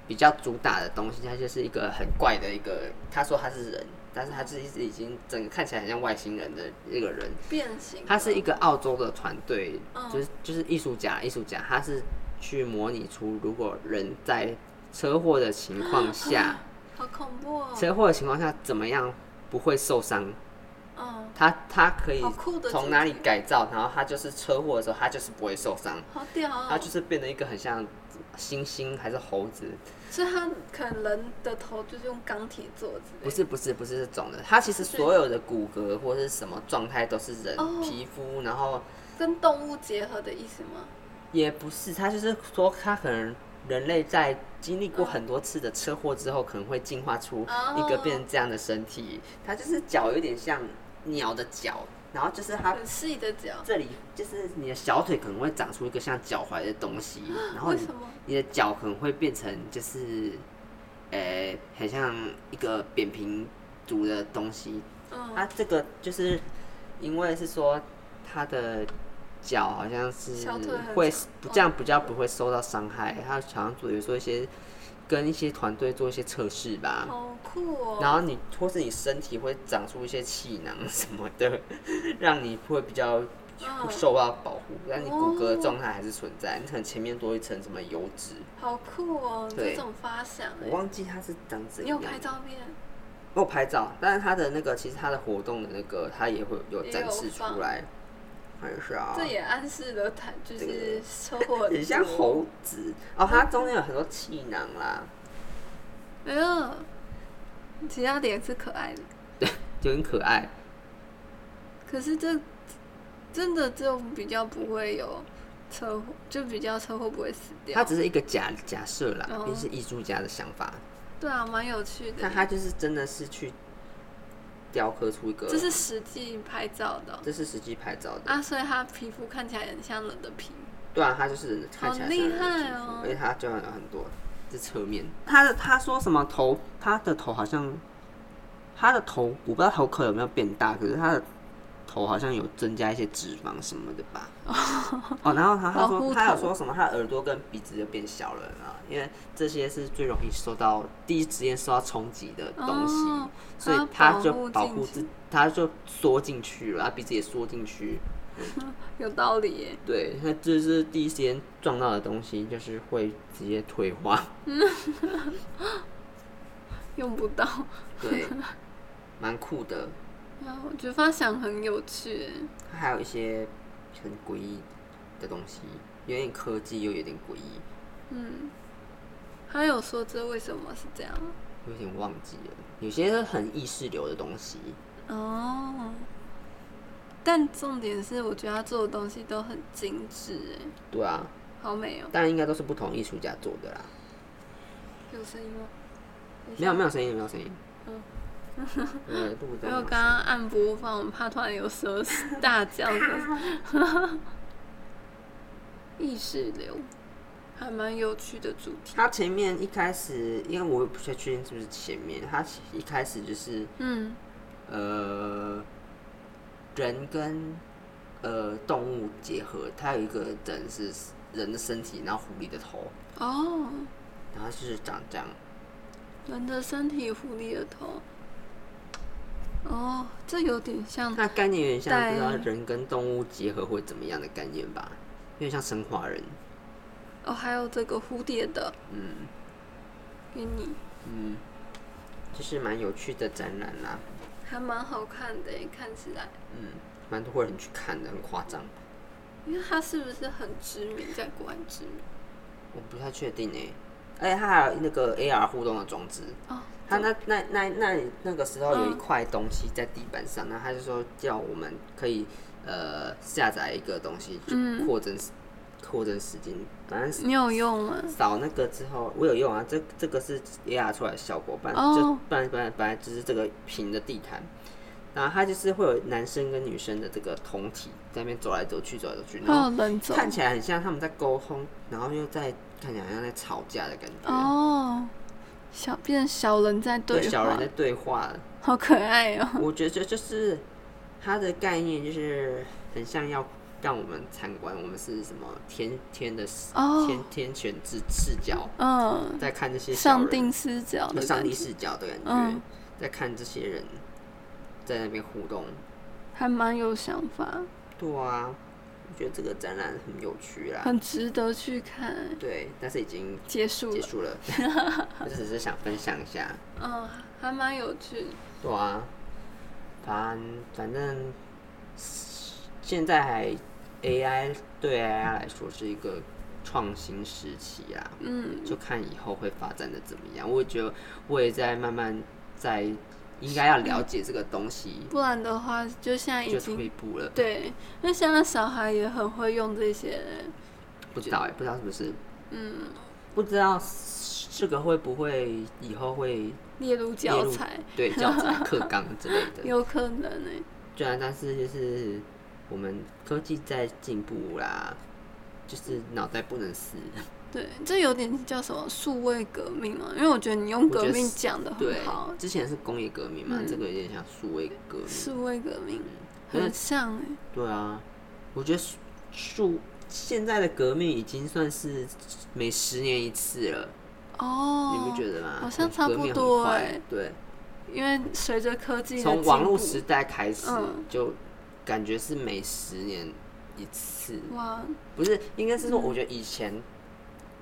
[SPEAKER 1] 比较主打的东西，它就是一个很怪的一个，他说他是人，但是他是一直已经整个看起来很像外星人的一个人，
[SPEAKER 2] 变形啊的，
[SPEAKER 1] 他是一个澳洲的团队，
[SPEAKER 2] 嗯
[SPEAKER 1] 就是就是艺术家，艺术家，他是去模拟出如果人在车祸的情况
[SPEAKER 2] 啊
[SPEAKER 1] 下，
[SPEAKER 2] 好恐怖哦！
[SPEAKER 1] 车祸的情况下怎么样不会受伤，
[SPEAKER 2] 嗯，
[SPEAKER 1] 他他可以
[SPEAKER 2] 好酷的
[SPEAKER 1] 从哪里改造，然后他就是车祸的时候他就是不会受伤，
[SPEAKER 2] 好屌
[SPEAKER 1] 他
[SPEAKER 2] 哦！
[SPEAKER 1] 就是变得一个很像猩猩还是猴子，
[SPEAKER 2] 所以他可能人的头就是用钢铁做之类的，
[SPEAKER 1] 不是不是不是这种的，他其实
[SPEAKER 2] 是
[SPEAKER 1] 所有的骨骼或是什么状态都是人、
[SPEAKER 2] 哦
[SPEAKER 1] 皮肤，然后
[SPEAKER 2] 跟动物结合的意思吗？
[SPEAKER 1] 也不是，他就是说他可能人类在经历过很多次的车祸之后，可能会进化出
[SPEAKER 2] 哦
[SPEAKER 1] 一个变成这样的身体。它就是脚有点像鸟的脚，然后就是它
[SPEAKER 2] 很细的脚，
[SPEAKER 1] 这里就是你的小腿可能会长出一个像脚踝的东 西，然后
[SPEAKER 2] 为
[SPEAKER 1] 你
[SPEAKER 2] 什么？
[SPEAKER 1] 你的脚可能会变成就是，呃、很像一个扁平足的东西。它、
[SPEAKER 2] 嗯，
[SPEAKER 1] 啊这个就是因为是说它的脚好像是
[SPEAKER 2] 小腿很嗯
[SPEAKER 1] 会
[SPEAKER 2] 长
[SPEAKER 1] 不这样比较不会受到伤害，它好像做有做一些跟一些团队做一些测试吧。
[SPEAKER 2] 好酷哦！
[SPEAKER 1] 然后你或是你身体会长出一些气囊什么的， 让你会比较
[SPEAKER 2] 嗯，哦
[SPEAKER 1] 受到保护，但你骨骼的状态还是存在，你可能前面多一层什么油脂，
[SPEAKER 2] 好酷哦！
[SPEAKER 1] 对
[SPEAKER 2] 这种发想欸，
[SPEAKER 1] 我忘记啊它是长怎
[SPEAKER 2] 你有
[SPEAKER 1] 样。
[SPEAKER 2] 拍照片？
[SPEAKER 1] 我有拍照，但是它的那个其实它的活动的那个它也会有展示出来，很少。
[SPEAKER 2] 这也暗示了他
[SPEAKER 1] 这
[SPEAKER 2] 就 是
[SPEAKER 1] 个
[SPEAKER 2] 车祸，
[SPEAKER 1] 很像。猴子哦，它中间有很多气囊啦，
[SPEAKER 2] 哎呦，其他脸是可爱的，
[SPEAKER 1] 就很可爱。
[SPEAKER 2] 可是这真的就比较不会有车祸，就比较车祸不会死掉
[SPEAKER 1] 它。只是一个假假设啦，
[SPEAKER 2] 哦
[SPEAKER 1] 也是艺术家的想法。
[SPEAKER 2] 对啊，蛮有趣
[SPEAKER 1] 那
[SPEAKER 2] 的。
[SPEAKER 1] 它就是真的是去雕刻出一个，
[SPEAKER 2] 这是实际拍照的哦、
[SPEAKER 1] 这是实际拍照的。
[SPEAKER 2] 啊，所以他皮肤看起来很像人的皮。
[SPEAKER 1] 对啊，它就是看起来像人的
[SPEAKER 2] 好厉害
[SPEAKER 1] 皮肤
[SPEAKER 2] 哦
[SPEAKER 1] 而且它就有很多是侧面。它的他说什么头，它的头好像，它的头我不知道头壳有没有变大，可是它的头好像有增加一些脂肪什么的 吧。哦，然后他他
[SPEAKER 2] 保
[SPEAKER 1] 说
[SPEAKER 2] 护
[SPEAKER 1] 他有
[SPEAKER 2] 头
[SPEAKER 1] 说什么，他耳朵跟鼻子就变小了啊，因为这些是最容易受到第一时间受到冲击的东西。
[SPEAKER 2] 哦，
[SPEAKER 1] 所以
[SPEAKER 2] 它
[SPEAKER 1] 他就保
[SPEAKER 2] 保
[SPEAKER 1] 护
[SPEAKER 2] 护
[SPEAKER 1] 自
[SPEAKER 2] 自，
[SPEAKER 1] 他就缩进去了，他鼻子也缩进去，
[SPEAKER 2] 有道理耶。
[SPEAKER 1] 对，它这是第一时间撞到的东西，就是会直接退化。
[SPEAKER 2] 用不到。
[SPEAKER 1] 对，蛮酷的。
[SPEAKER 2] 啊，我觉得发想很有趣耶。
[SPEAKER 1] 它还有一些很诡异的东西，有点科技又有点诡异，
[SPEAKER 2] 嗯，他有说这为什么是这样吗？
[SPEAKER 1] 有点忘记了。有些是很意识流的东西，
[SPEAKER 2] 哦，但重点是，我觉得他做的东西都很精致，哎，
[SPEAKER 1] 对啊，
[SPEAKER 2] 好美哦、
[SPEAKER 1] 当然应该都是不同艺术家做的啦。
[SPEAKER 2] 有声音吗？
[SPEAKER 1] 没有没有声音，没有声音。
[SPEAKER 2] 嗯
[SPEAKER 1] 呃，录的
[SPEAKER 2] 因为我刚刚按播放，我怕突然有蛇大叫的。 意识流，还蛮有趣的主题。
[SPEAKER 1] 他前面一开始，因为我也不太确定是不是前面，他一开始就是
[SPEAKER 2] 嗯，
[SPEAKER 1] 呃，人跟呃动物结合，它有一个人是人的身体，然后狐狸的头，
[SPEAKER 2] 哦，
[SPEAKER 1] 然后就是长这样。
[SPEAKER 2] 人的身体，狐狸的头。哦，这有点像
[SPEAKER 1] 那概念有点像，
[SPEAKER 2] 对
[SPEAKER 1] 不知道人跟动物结合会怎么样的概念吧？有点像生化人，
[SPEAKER 2] 哦，还有这个蝴蝶的，
[SPEAKER 1] 嗯
[SPEAKER 2] 给你，
[SPEAKER 1] 嗯，就是蛮有趣的展览啊啦，
[SPEAKER 2] 还蛮好看的耶，看起来，
[SPEAKER 1] 嗯，蛮多人去看的，很夸张。
[SPEAKER 2] 因为它是不是很知名，在国外知名？
[SPEAKER 1] 我不太确定哎，而且它还有那个 AR 互动的装置，
[SPEAKER 2] 哦，
[SPEAKER 1] 他那那那那那个时候有一
[SPEAKER 2] 嗯
[SPEAKER 1] 块东西在地板上，那、他就说叫我们可以呃下载一个东西，就
[SPEAKER 2] 嗯
[SPEAKER 1] 扩增时扩增时间，反正
[SPEAKER 2] 你有用吗？
[SPEAKER 1] 扫那个之后我有用啊，这这个是 AR 出来的效果，本来就
[SPEAKER 2] 哦
[SPEAKER 1] 本来本来本来只是这个平的地毯。然后它就是会有男生跟女生的这个同体在那边走来走去，走来走去，然后
[SPEAKER 2] 哦，人种
[SPEAKER 1] 看起来很像他们在沟通，然后又在看起来好像在吵架的感觉，
[SPEAKER 2] 哦，小变小人在对
[SPEAKER 1] 对
[SPEAKER 2] 话，
[SPEAKER 1] 小人在对话，
[SPEAKER 2] 好可爱哦，
[SPEAKER 1] 我觉得就是它的概念，就是很像要让我们参观，我们是什么天天的视
[SPEAKER 2] 哦
[SPEAKER 1] 天天选之视角，
[SPEAKER 2] 嗯，
[SPEAKER 1] 在看这些小
[SPEAKER 2] 上
[SPEAKER 1] 人
[SPEAKER 2] 帝视角
[SPEAKER 1] 有
[SPEAKER 2] 的
[SPEAKER 1] 上
[SPEAKER 2] 感
[SPEAKER 1] 帝
[SPEAKER 2] 觉，
[SPEAKER 1] 视角的感觉，
[SPEAKER 2] 嗯
[SPEAKER 1] 在看这些人在那边互动。
[SPEAKER 2] 还蛮有想法，
[SPEAKER 1] 对啊，我觉得这个展览很有趣啦。
[SPEAKER 2] 很值得去看。
[SPEAKER 1] 对，但是已经
[SPEAKER 2] 结束
[SPEAKER 1] 结
[SPEAKER 2] 了，
[SPEAKER 1] 束了，我只是想分享一下。
[SPEAKER 2] 嗯，还蛮有趣的，
[SPEAKER 1] 对啊，反反正现在还 AI 对 AI 来说是一个创新时期啊，
[SPEAKER 2] 嗯，
[SPEAKER 1] 就看以后会发展的怎么样。我也觉得我也在慢慢在应该要了解这个东西，
[SPEAKER 2] 不然的话，就现在已
[SPEAKER 1] 就
[SPEAKER 2] 经
[SPEAKER 1] 退步了。
[SPEAKER 2] 嗯对，那现在小孩也很会用这些，
[SPEAKER 1] 欸不知道哎、不知道是不是？不知道这个会不会以后会
[SPEAKER 2] 列入
[SPEAKER 1] 列
[SPEAKER 2] 教
[SPEAKER 1] 入
[SPEAKER 2] 材，
[SPEAKER 1] 对教材 课纲之类的。
[SPEAKER 2] 有可能哎、
[SPEAKER 1] 对啊，但是就是我们科技在进步啦，就是脑袋不能死。
[SPEAKER 2] 对，这有点叫什么数位革命啊嘛，因为我觉得你用
[SPEAKER 1] 我觉
[SPEAKER 2] 革
[SPEAKER 1] 得
[SPEAKER 2] 命
[SPEAKER 1] 是
[SPEAKER 2] 讲的
[SPEAKER 1] 对
[SPEAKER 2] 很好，，
[SPEAKER 1] 之前是工业革命嘛，
[SPEAKER 2] 嗯
[SPEAKER 1] 这个有点像数位革命。
[SPEAKER 2] 数位革命
[SPEAKER 1] 因为
[SPEAKER 2] 很像哎、
[SPEAKER 1] 对啊，我觉得数数现在的革命已经算是每十年一次了，
[SPEAKER 2] 哦，
[SPEAKER 1] 你不觉得吗？
[SPEAKER 2] 好像差不
[SPEAKER 1] 革命很
[SPEAKER 2] 多
[SPEAKER 1] 快
[SPEAKER 2] 欸
[SPEAKER 1] 对，
[SPEAKER 2] 因为随着科技的
[SPEAKER 1] 从
[SPEAKER 2] 进
[SPEAKER 1] 网络
[SPEAKER 2] 步
[SPEAKER 1] 时代开始，
[SPEAKER 2] 嗯
[SPEAKER 1] 就感觉是每十年一次，
[SPEAKER 2] 哇，
[SPEAKER 1] 不是，应该是
[SPEAKER 2] 嗯
[SPEAKER 1] 说，我觉得以前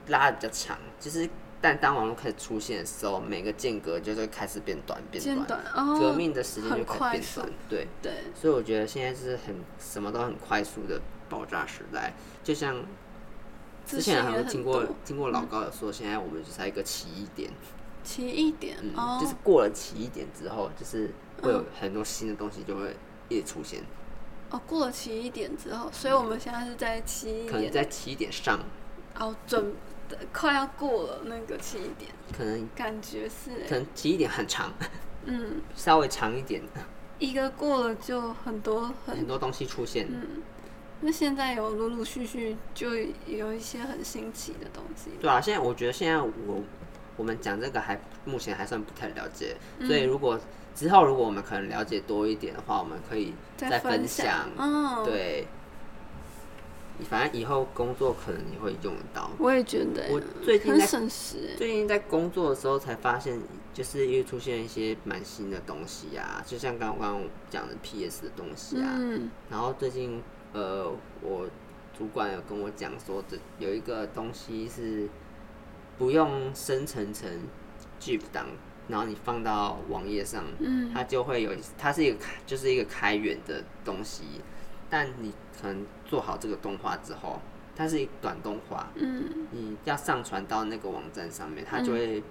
[SPEAKER 1] 拉的比较长，就是但当网络开始出现的时候，每个间隔就会开始变短变
[SPEAKER 2] 间
[SPEAKER 1] 短，
[SPEAKER 2] 短哦，
[SPEAKER 1] 革命的时间就
[SPEAKER 2] 很
[SPEAKER 1] 开始
[SPEAKER 2] 快
[SPEAKER 1] 变
[SPEAKER 2] 速
[SPEAKER 1] 短，对，
[SPEAKER 2] 对，
[SPEAKER 1] 所以我觉得现在是很什么都很快速的爆炸时代，就像之
[SPEAKER 2] 资讯
[SPEAKER 1] 前好
[SPEAKER 2] 也
[SPEAKER 1] 像
[SPEAKER 2] 很
[SPEAKER 1] 经过
[SPEAKER 2] 多
[SPEAKER 1] 经过老高有说，现在我们就是在一个奇异点，
[SPEAKER 2] 奇异点、
[SPEAKER 1] 嗯，
[SPEAKER 2] 哦，
[SPEAKER 1] 就是过了奇异点之后，就是会有很多新的东西就会一直出现，
[SPEAKER 2] 哦过了奇异点之后，所以我们现在是在奇
[SPEAKER 1] 嗯
[SPEAKER 2] 异
[SPEAKER 1] 可能
[SPEAKER 2] 点
[SPEAKER 1] 在奇异点上，
[SPEAKER 2] 哦准快要过了那个奇异点，
[SPEAKER 1] 可能
[SPEAKER 2] 感觉是欸、
[SPEAKER 1] 可能奇异点很长，
[SPEAKER 2] 嗯，
[SPEAKER 1] 稍微长一点，
[SPEAKER 2] 一个过了就很多很
[SPEAKER 1] 很多东西出现，
[SPEAKER 2] 那现在有陆陆续续就有一些很新奇的东西，
[SPEAKER 1] 对啊，现在我觉得现在我我们讲这个还目前还算不太了解，所以如果之后如果我们可能了解多一点的话，我们可以再
[SPEAKER 2] 分
[SPEAKER 1] 分享。
[SPEAKER 2] 嗯，，
[SPEAKER 1] 对，反正以后工作可能你会用到。
[SPEAKER 2] 我也觉得
[SPEAKER 1] 我最近
[SPEAKER 2] 很
[SPEAKER 1] 在
[SPEAKER 2] 省时，
[SPEAKER 1] 最近在工作的时候才发现，就是又出现一些蛮新的东西啊，就像刚刚我讲的 PS 的东西啊，
[SPEAKER 2] 嗯，
[SPEAKER 1] 然后最近呃，我主管有跟我讲说，这有一个东西是不用生成成 GIF 档，然后你放到网页上，
[SPEAKER 2] 嗯，
[SPEAKER 1] 它就会有，它是一个开就是一个开源的东西，但你可能做好这个动画之后，它是一个短动画，
[SPEAKER 2] 嗯，
[SPEAKER 1] 你要上传到那个网站上面，它就会。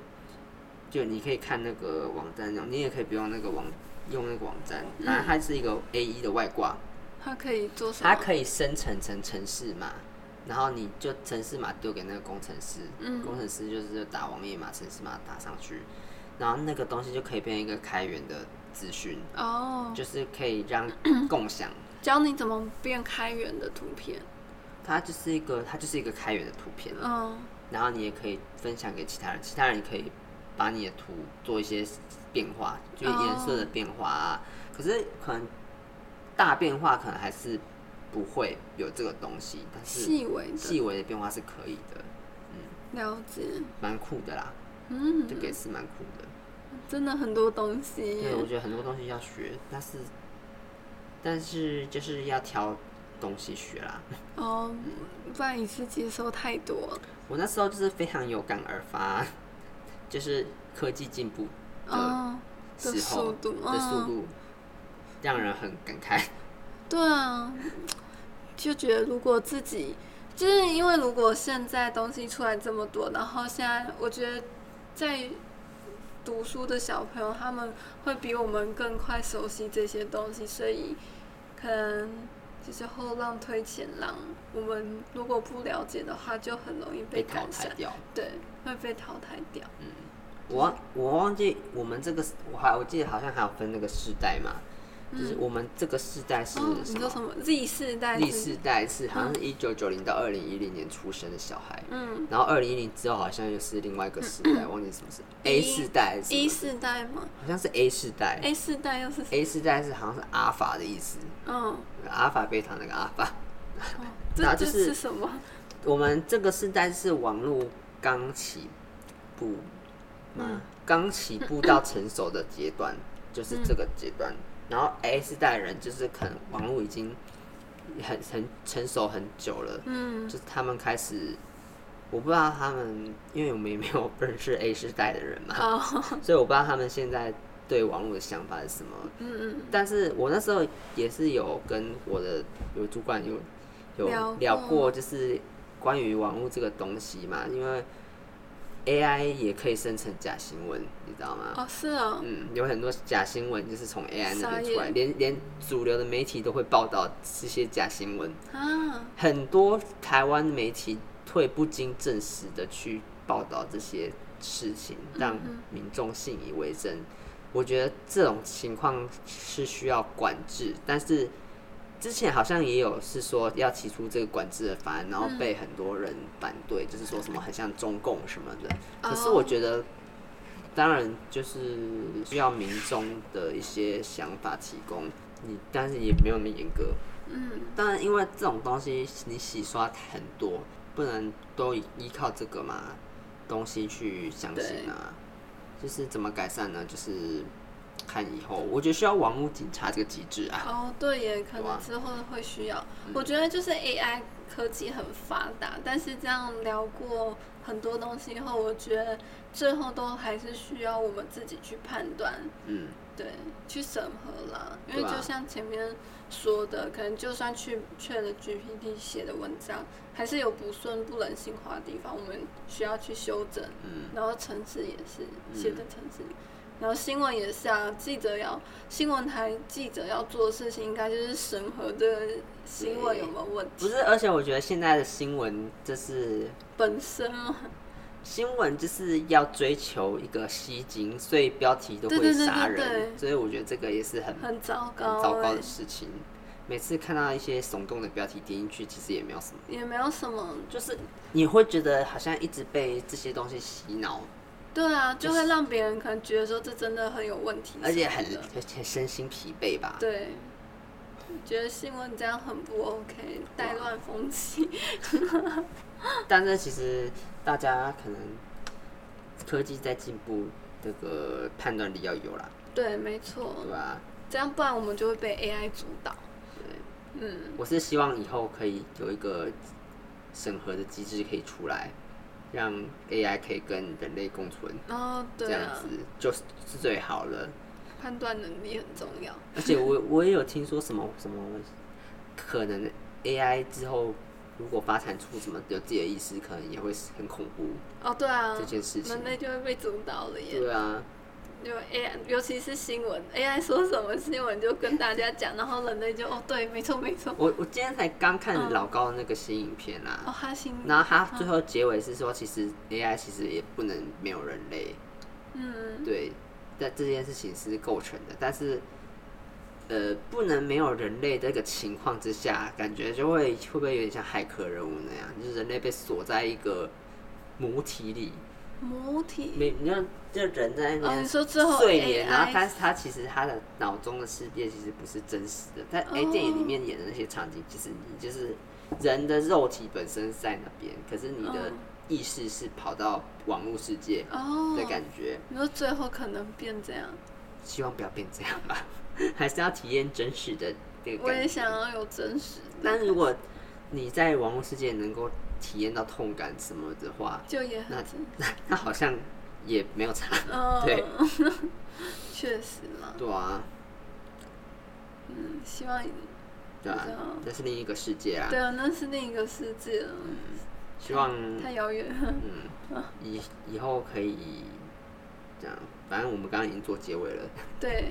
[SPEAKER 1] 就你可以看那个网站，你也可以不用那个网，用那个网站。
[SPEAKER 2] 嗯
[SPEAKER 1] 那它是一个 A 1的外挂，
[SPEAKER 2] 它可以做什
[SPEAKER 1] 它
[SPEAKER 2] 么？
[SPEAKER 1] 可以生成成城市码，然后你就城市码丢给那个工程师，
[SPEAKER 2] 嗯
[SPEAKER 1] 工程师就是打网页码、城市码打上去，然后那个东西就可以变一个开源的资讯，
[SPEAKER 2] 哦，
[SPEAKER 1] 就是可以让共享。
[SPEAKER 2] 教你怎么变开源的图片，
[SPEAKER 1] 它就是一个，它就是一个开源的图片，
[SPEAKER 2] 嗯，
[SPEAKER 1] 然后你也可以分享给其他人，其他人也可以把你的图做一些变化，就是颜色的变化啊。
[SPEAKER 2] 哦
[SPEAKER 1] 可是可能大变化可能还是不会有这个东西，但是
[SPEAKER 2] 细微的
[SPEAKER 1] 细微的变化是可以的，
[SPEAKER 2] 了解，
[SPEAKER 1] 蛮酷的啦，
[SPEAKER 2] 嗯，
[SPEAKER 1] 这个也是蛮酷的。
[SPEAKER 2] 真的很多东西
[SPEAKER 1] 对，我
[SPEAKER 2] 耶，
[SPEAKER 1] 觉得很多东西要学，但是但是就是要挑东西学啦。
[SPEAKER 2] 哦，不然一次接收太多了，
[SPEAKER 1] 我那时候就是非常有感而发， 就是科技进步的
[SPEAKER 2] 哦，的
[SPEAKER 1] 时候
[SPEAKER 2] 速度
[SPEAKER 1] 的速
[SPEAKER 2] 嗯
[SPEAKER 1] 度，让人很感慨。
[SPEAKER 2] 对啊，就觉得如果自己，就是因为如果现在东西出来这么多，然后现在我觉得在读书的小朋友他们会比我们更快熟悉这些东西，所以可能就是后浪推前浪，我们如果不了解的话，就很容易
[SPEAKER 1] 被淘
[SPEAKER 2] 赶
[SPEAKER 1] 汰
[SPEAKER 2] 上，
[SPEAKER 1] 掉。
[SPEAKER 2] 对，会被淘汰掉。
[SPEAKER 1] 我忘我忘记我们这个，我还我记得好像还有分那个世代嘛，就是我们这个世代是
[SPEAKER 2] 嗯哦，
[SPEAKER 1] 什么
[SPEAKER 2] 你说？什么 Z 世代是？
[SPEAKER 1] 历世代是好像是一九九零到二零一零年出生的小孩，
[SPEAKER 2] 嗯
[SPEAKER 1] 然后二零一零之后好像又是另外一个世代，忘记什么是 A 世代还是什么
[SPEAKER 2] ，A 世代吗
[SPEAKER 1] 好像是 A 世代
[SPEAKER 2] ？A 世代又是谁？
[SPEAKER 1] ，A 世代是好像是阿法的意思，
[SPEAKER 2] 嗯。
[SPEAKER 1] 阿法贝塔那个阿法。
[SPEAKER 2] 这
[SPEAKER 1] 那
[SPEAKER 2] 哦这
[SPEAKER 1] 就是
[SPEAKER 2] 是什么？
[SPEAKER 1] 我们这个世代是网络刚起步
[SPEAKER 2] 嗯
[SPEAKER 1] 嘛，刚起步到成熟的阶段，就是这个阶段。然后 A 世代人就是可能网络已经很很成熟很久了，
[SPEAKER 2] 嗯，
[SPEAKER 1] 就是他们开始，我不知道他们，因为我们也没有 认识 A 世代的人嘛，
[SPEAKER 2] 哦，
[SPEAKER 1] 所以我不知道他们现在对网络的想法是什么。
[SPEAKER 2] 嗯嗯，
[SPEAKER 1] 但是我那时候也是有跟我的有主管有有
[SPEAKER 2] 聊
[SPEAKER 1] 聊
[SPEAKER 2] 过
[SPEAKER 1] 过，就是关于网络这个东西嘛，因为 AI 也可以生成假新闻，你知道吗？
[SPEAKER 2] 哦是哦，
[SPEAKER 1] 嗯，有很多假新闻就是从 AI 那
[SPEAKER 2] 傻
[SPEAKER 1] 边出来，
[SPEAKER 2] 眼
[SPEAKER 1] 连连主流的媒体都会报道这些假新闻。
[SPEAKER 2] 啊，
[SPEAKER 1] 很多台湾媒体会不经证实的去报道这些事情，让
[SPEAKER 2] 嗯
[SPEAKER 1] 民众信以为真。我觉得这种情况是需要管制，但是之前好像也有是说要提出这个管制的法案，然后
[SPEAKER 2] 嗯
[SPEAKER 1] 被很多人反对，就是说什么很像中共什么的。可是
[SPEAKER 2] 哦
[SPEAKER 1] 我觉得，当然就是需要民众的一些想法提供，你但是也没有那么严格。
[SPEAKER 2] 嗯
[SPEAKER 1] 当然，因为这种东西你洗刷很多，不能都依靠这个嘛东西去相信啊。就是怎么改善呢？就是看以后，我觉得需要网络警察这个机制啊。
[SPEAKER 2] 哦，对耶，可
[SPEAKER 1] 对啊
[SPEAKER 2] 能之后会需要。
[SPEAKER 1] 嗯
[SPEAKER 2] 我觉得就是 AI 科技很发达，但是这样聊过很多东西后，我觉得最后都还是需要我们自己去判断，
[SPEAKER 1] 嗯，
[SPEAKER 2] 对，去审核啦。因为
[SPEAKER 1] 对啊
[SPEAKER 2] 就像前面说的，可能就算去 Chat GPT 写的文章，还是有不顺、不人性化的地方，我们需要去修正。
[SPEAKER 1] 嗯，
[SPEAKER 2] 然后城市也是写的城市，然后新闻也是啊，记者要新闻台记者要做的事情，应该就是审核这个新闻有没有问
[SPEAKER 1] 不
[SPEAKER 2] 题
[SPEAKER 1] 是，而且我觉得现在的新闻就是
[SPEAKER 2] 本身嘛。
[SPEAKER 1] 新闻就是要追求一个吸睛，所以标题都会
[SPEAKER 2] 对对对
[SPEAKER 1] 杀人，
[SPEAKER 2] 对对
[SPEAKER 1] 所以我觉得这个也是很
[SPEAKER 2] 很糟
[SPEAKER 1] 很
[SPEAKER 2] 糕、欸，
[SPEAKER 1] 糟糕的事情。每次看到一些耸动的标题点进去，其实也没有什么，
[SPEAKER 2] 也没有什么，
[SPEAKER 1] 就是你会觉得好像一直被这些东西洗脑，
[SPEAKER 2] 对啊，
[SPEAKER 1] 就
[SPEAKER 2] 就是会让别人可能觉得说这真的很有问题，
[SPEAKER 1] 而且很
[SPEAKER 2] 的，
[SPEAKER 1] 而且身心疲惫吧。
[SPEAKER 2] 对，觉得新闻这样很不 OK，带乱风气，
[SPEAKER 1] 但是其实大家可能科技在进步，这个判断力要有啦，
[SPEAKER 2] 对，没错，
[SPEAKER 1] 对吧？
[SPEAKER 2] 这样不然我们就会被 AI 主导，
[SPEAKER 1] 对，
[SPEAKER 2] 嗯。
[SPEAKER 1] 我是希望以后可以有一个审核的机制可以出来，让 AI 可以跟人类共存，
[SPEAKER 2] 哦，
[SPEAKER 1] 这
[SPEAKER 2] 对
[SPEAKER 1] 样
[SPEAKER 2] 啊
[SPEAKER 1] 子，就是是最好了。
[SPEAKER 2] 判断能力很重要。
[SPEAKER 1] 而且我我也有听说什么什么，可能 AI 之后如果发展出什么有自己的意识，可能也会很恐怖、
[SPEAKER 2] 哦，对啊
[SPEAKER 1] 这，件事情
[SPEAKER 2] 人。类就会被主导了耶。
[SPEAKER 1] 对啊，
[SPEAKER 2] 就 AI，尤其是新闻，AI 说什么新闻就跟大家讲，然后人类就哦，对，没错没错。
[SPEAKER 1] 我我今天才刚看
[SPEAKER 2] 嗯
[SPEAKER 1] 老高的那个新影片啦、
[SPEAKER 2] 哦，嗯哈新，
[SPEAKER 1] 然后他最后结尾是说，其实 AI 其实也不能没有人类，
[SPEAKER 2] 嗯，
[SPEAKER 1] 对，但这件事情是构成的，但是呃，不能没有人类这个情况之下，感觉就会会不会有点像骇客人物那样，就是人类被锁在一个母体里，
[SPEAKER 2] 母体，
[SPEAKER 1] 没你看这人在那
[SPEAKER 2] 哦，
[SPEAKER 1] 边
[SPEAKER 2] 你说最后
[SPEAKER 1] 睡眠，然后
[SPEAKER 2] AI
[SPEAKER 1] 但是他其实他的脑中的世界其实不是真实的，但 A
[SPEAKER 2] 哦
[SPEAKER 1] 电影里面演的那些场景，其实你就是人的肉体本身在那边，可是你的
[SPEAKER 2] 嗯
[SPEAKER 1] 意识是跑到网络世界
[SPEAKER 2] 哦
[SPEAKER 1] 的，感觉。
[SPEAKER 2] 你说最后可能变这样，
[SPEAKER 1] 希望不要变这样吧， 还是要体验真实的这个
[SPEAKER 2] 我也
[SPEAKER 1] 感觉。
[SPEAKER 2] 想要有真实的，
[SPEAKER 1] 但如果你在网络世界能够体验到痛感什么的话，
[SPEAKER 2] 就也很真，
[SPEAKER 1] 那那好像也没有差，
[SPEAKER 2] 嗯
[SPEAKER 1] 对，
[SPEAKER 2] 确实啦，
[SPEAKER 1] 对啊，
[SPEAKER 2] 嗯，希望，
[SPEAKER 1] 对啊
[SPEAKER 2] 不知道，
[SPEAKER 1] 那是另一个世界啊
[SPEAKER 2] 对。啊，那是另一个世界了，
[SPEAKER 1] 嗯希望
[SPEAKER 2] 太遥远了，
[SPEAKER 1] 嗯以以后可以这样，反正我们刚刚已经做结尾了，
[SPEAKER 2] 对，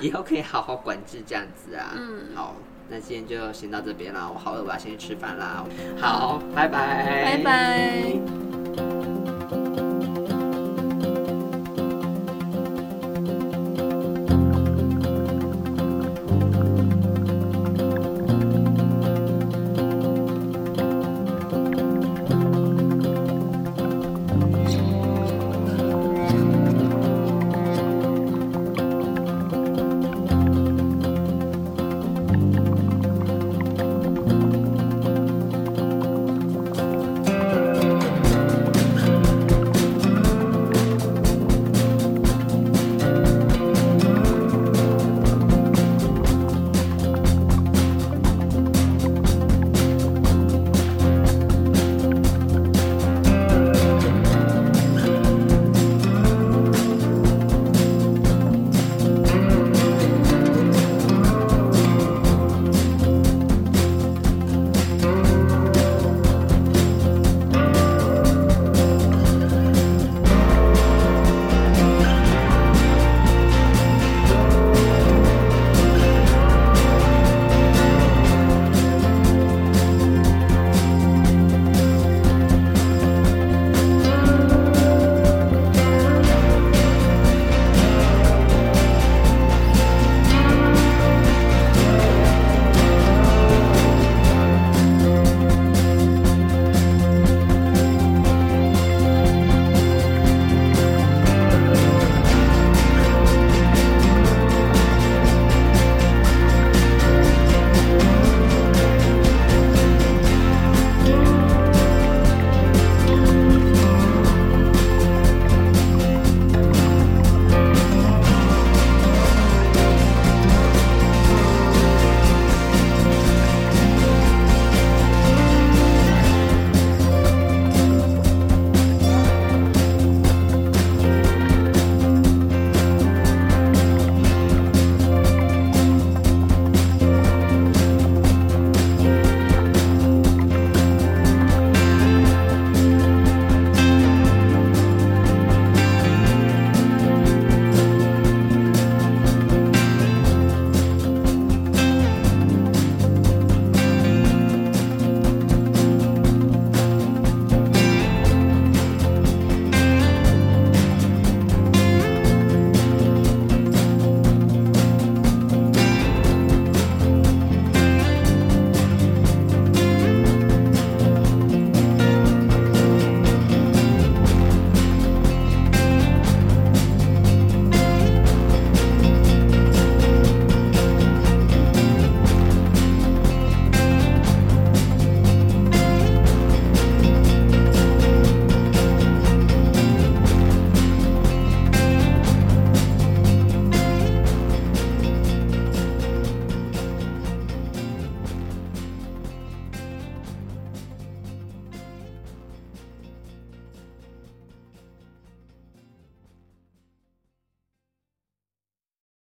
[SPEAKER 1] 以后可以好好管制这样子啊。
[SPEAKER 2] 嗯
[SPEAKER 1] 好，那今天哎就先到这边啦，我好饿，我要先去吃饭啦。好，拜拜，
[SPEAKER 2] 拜拜。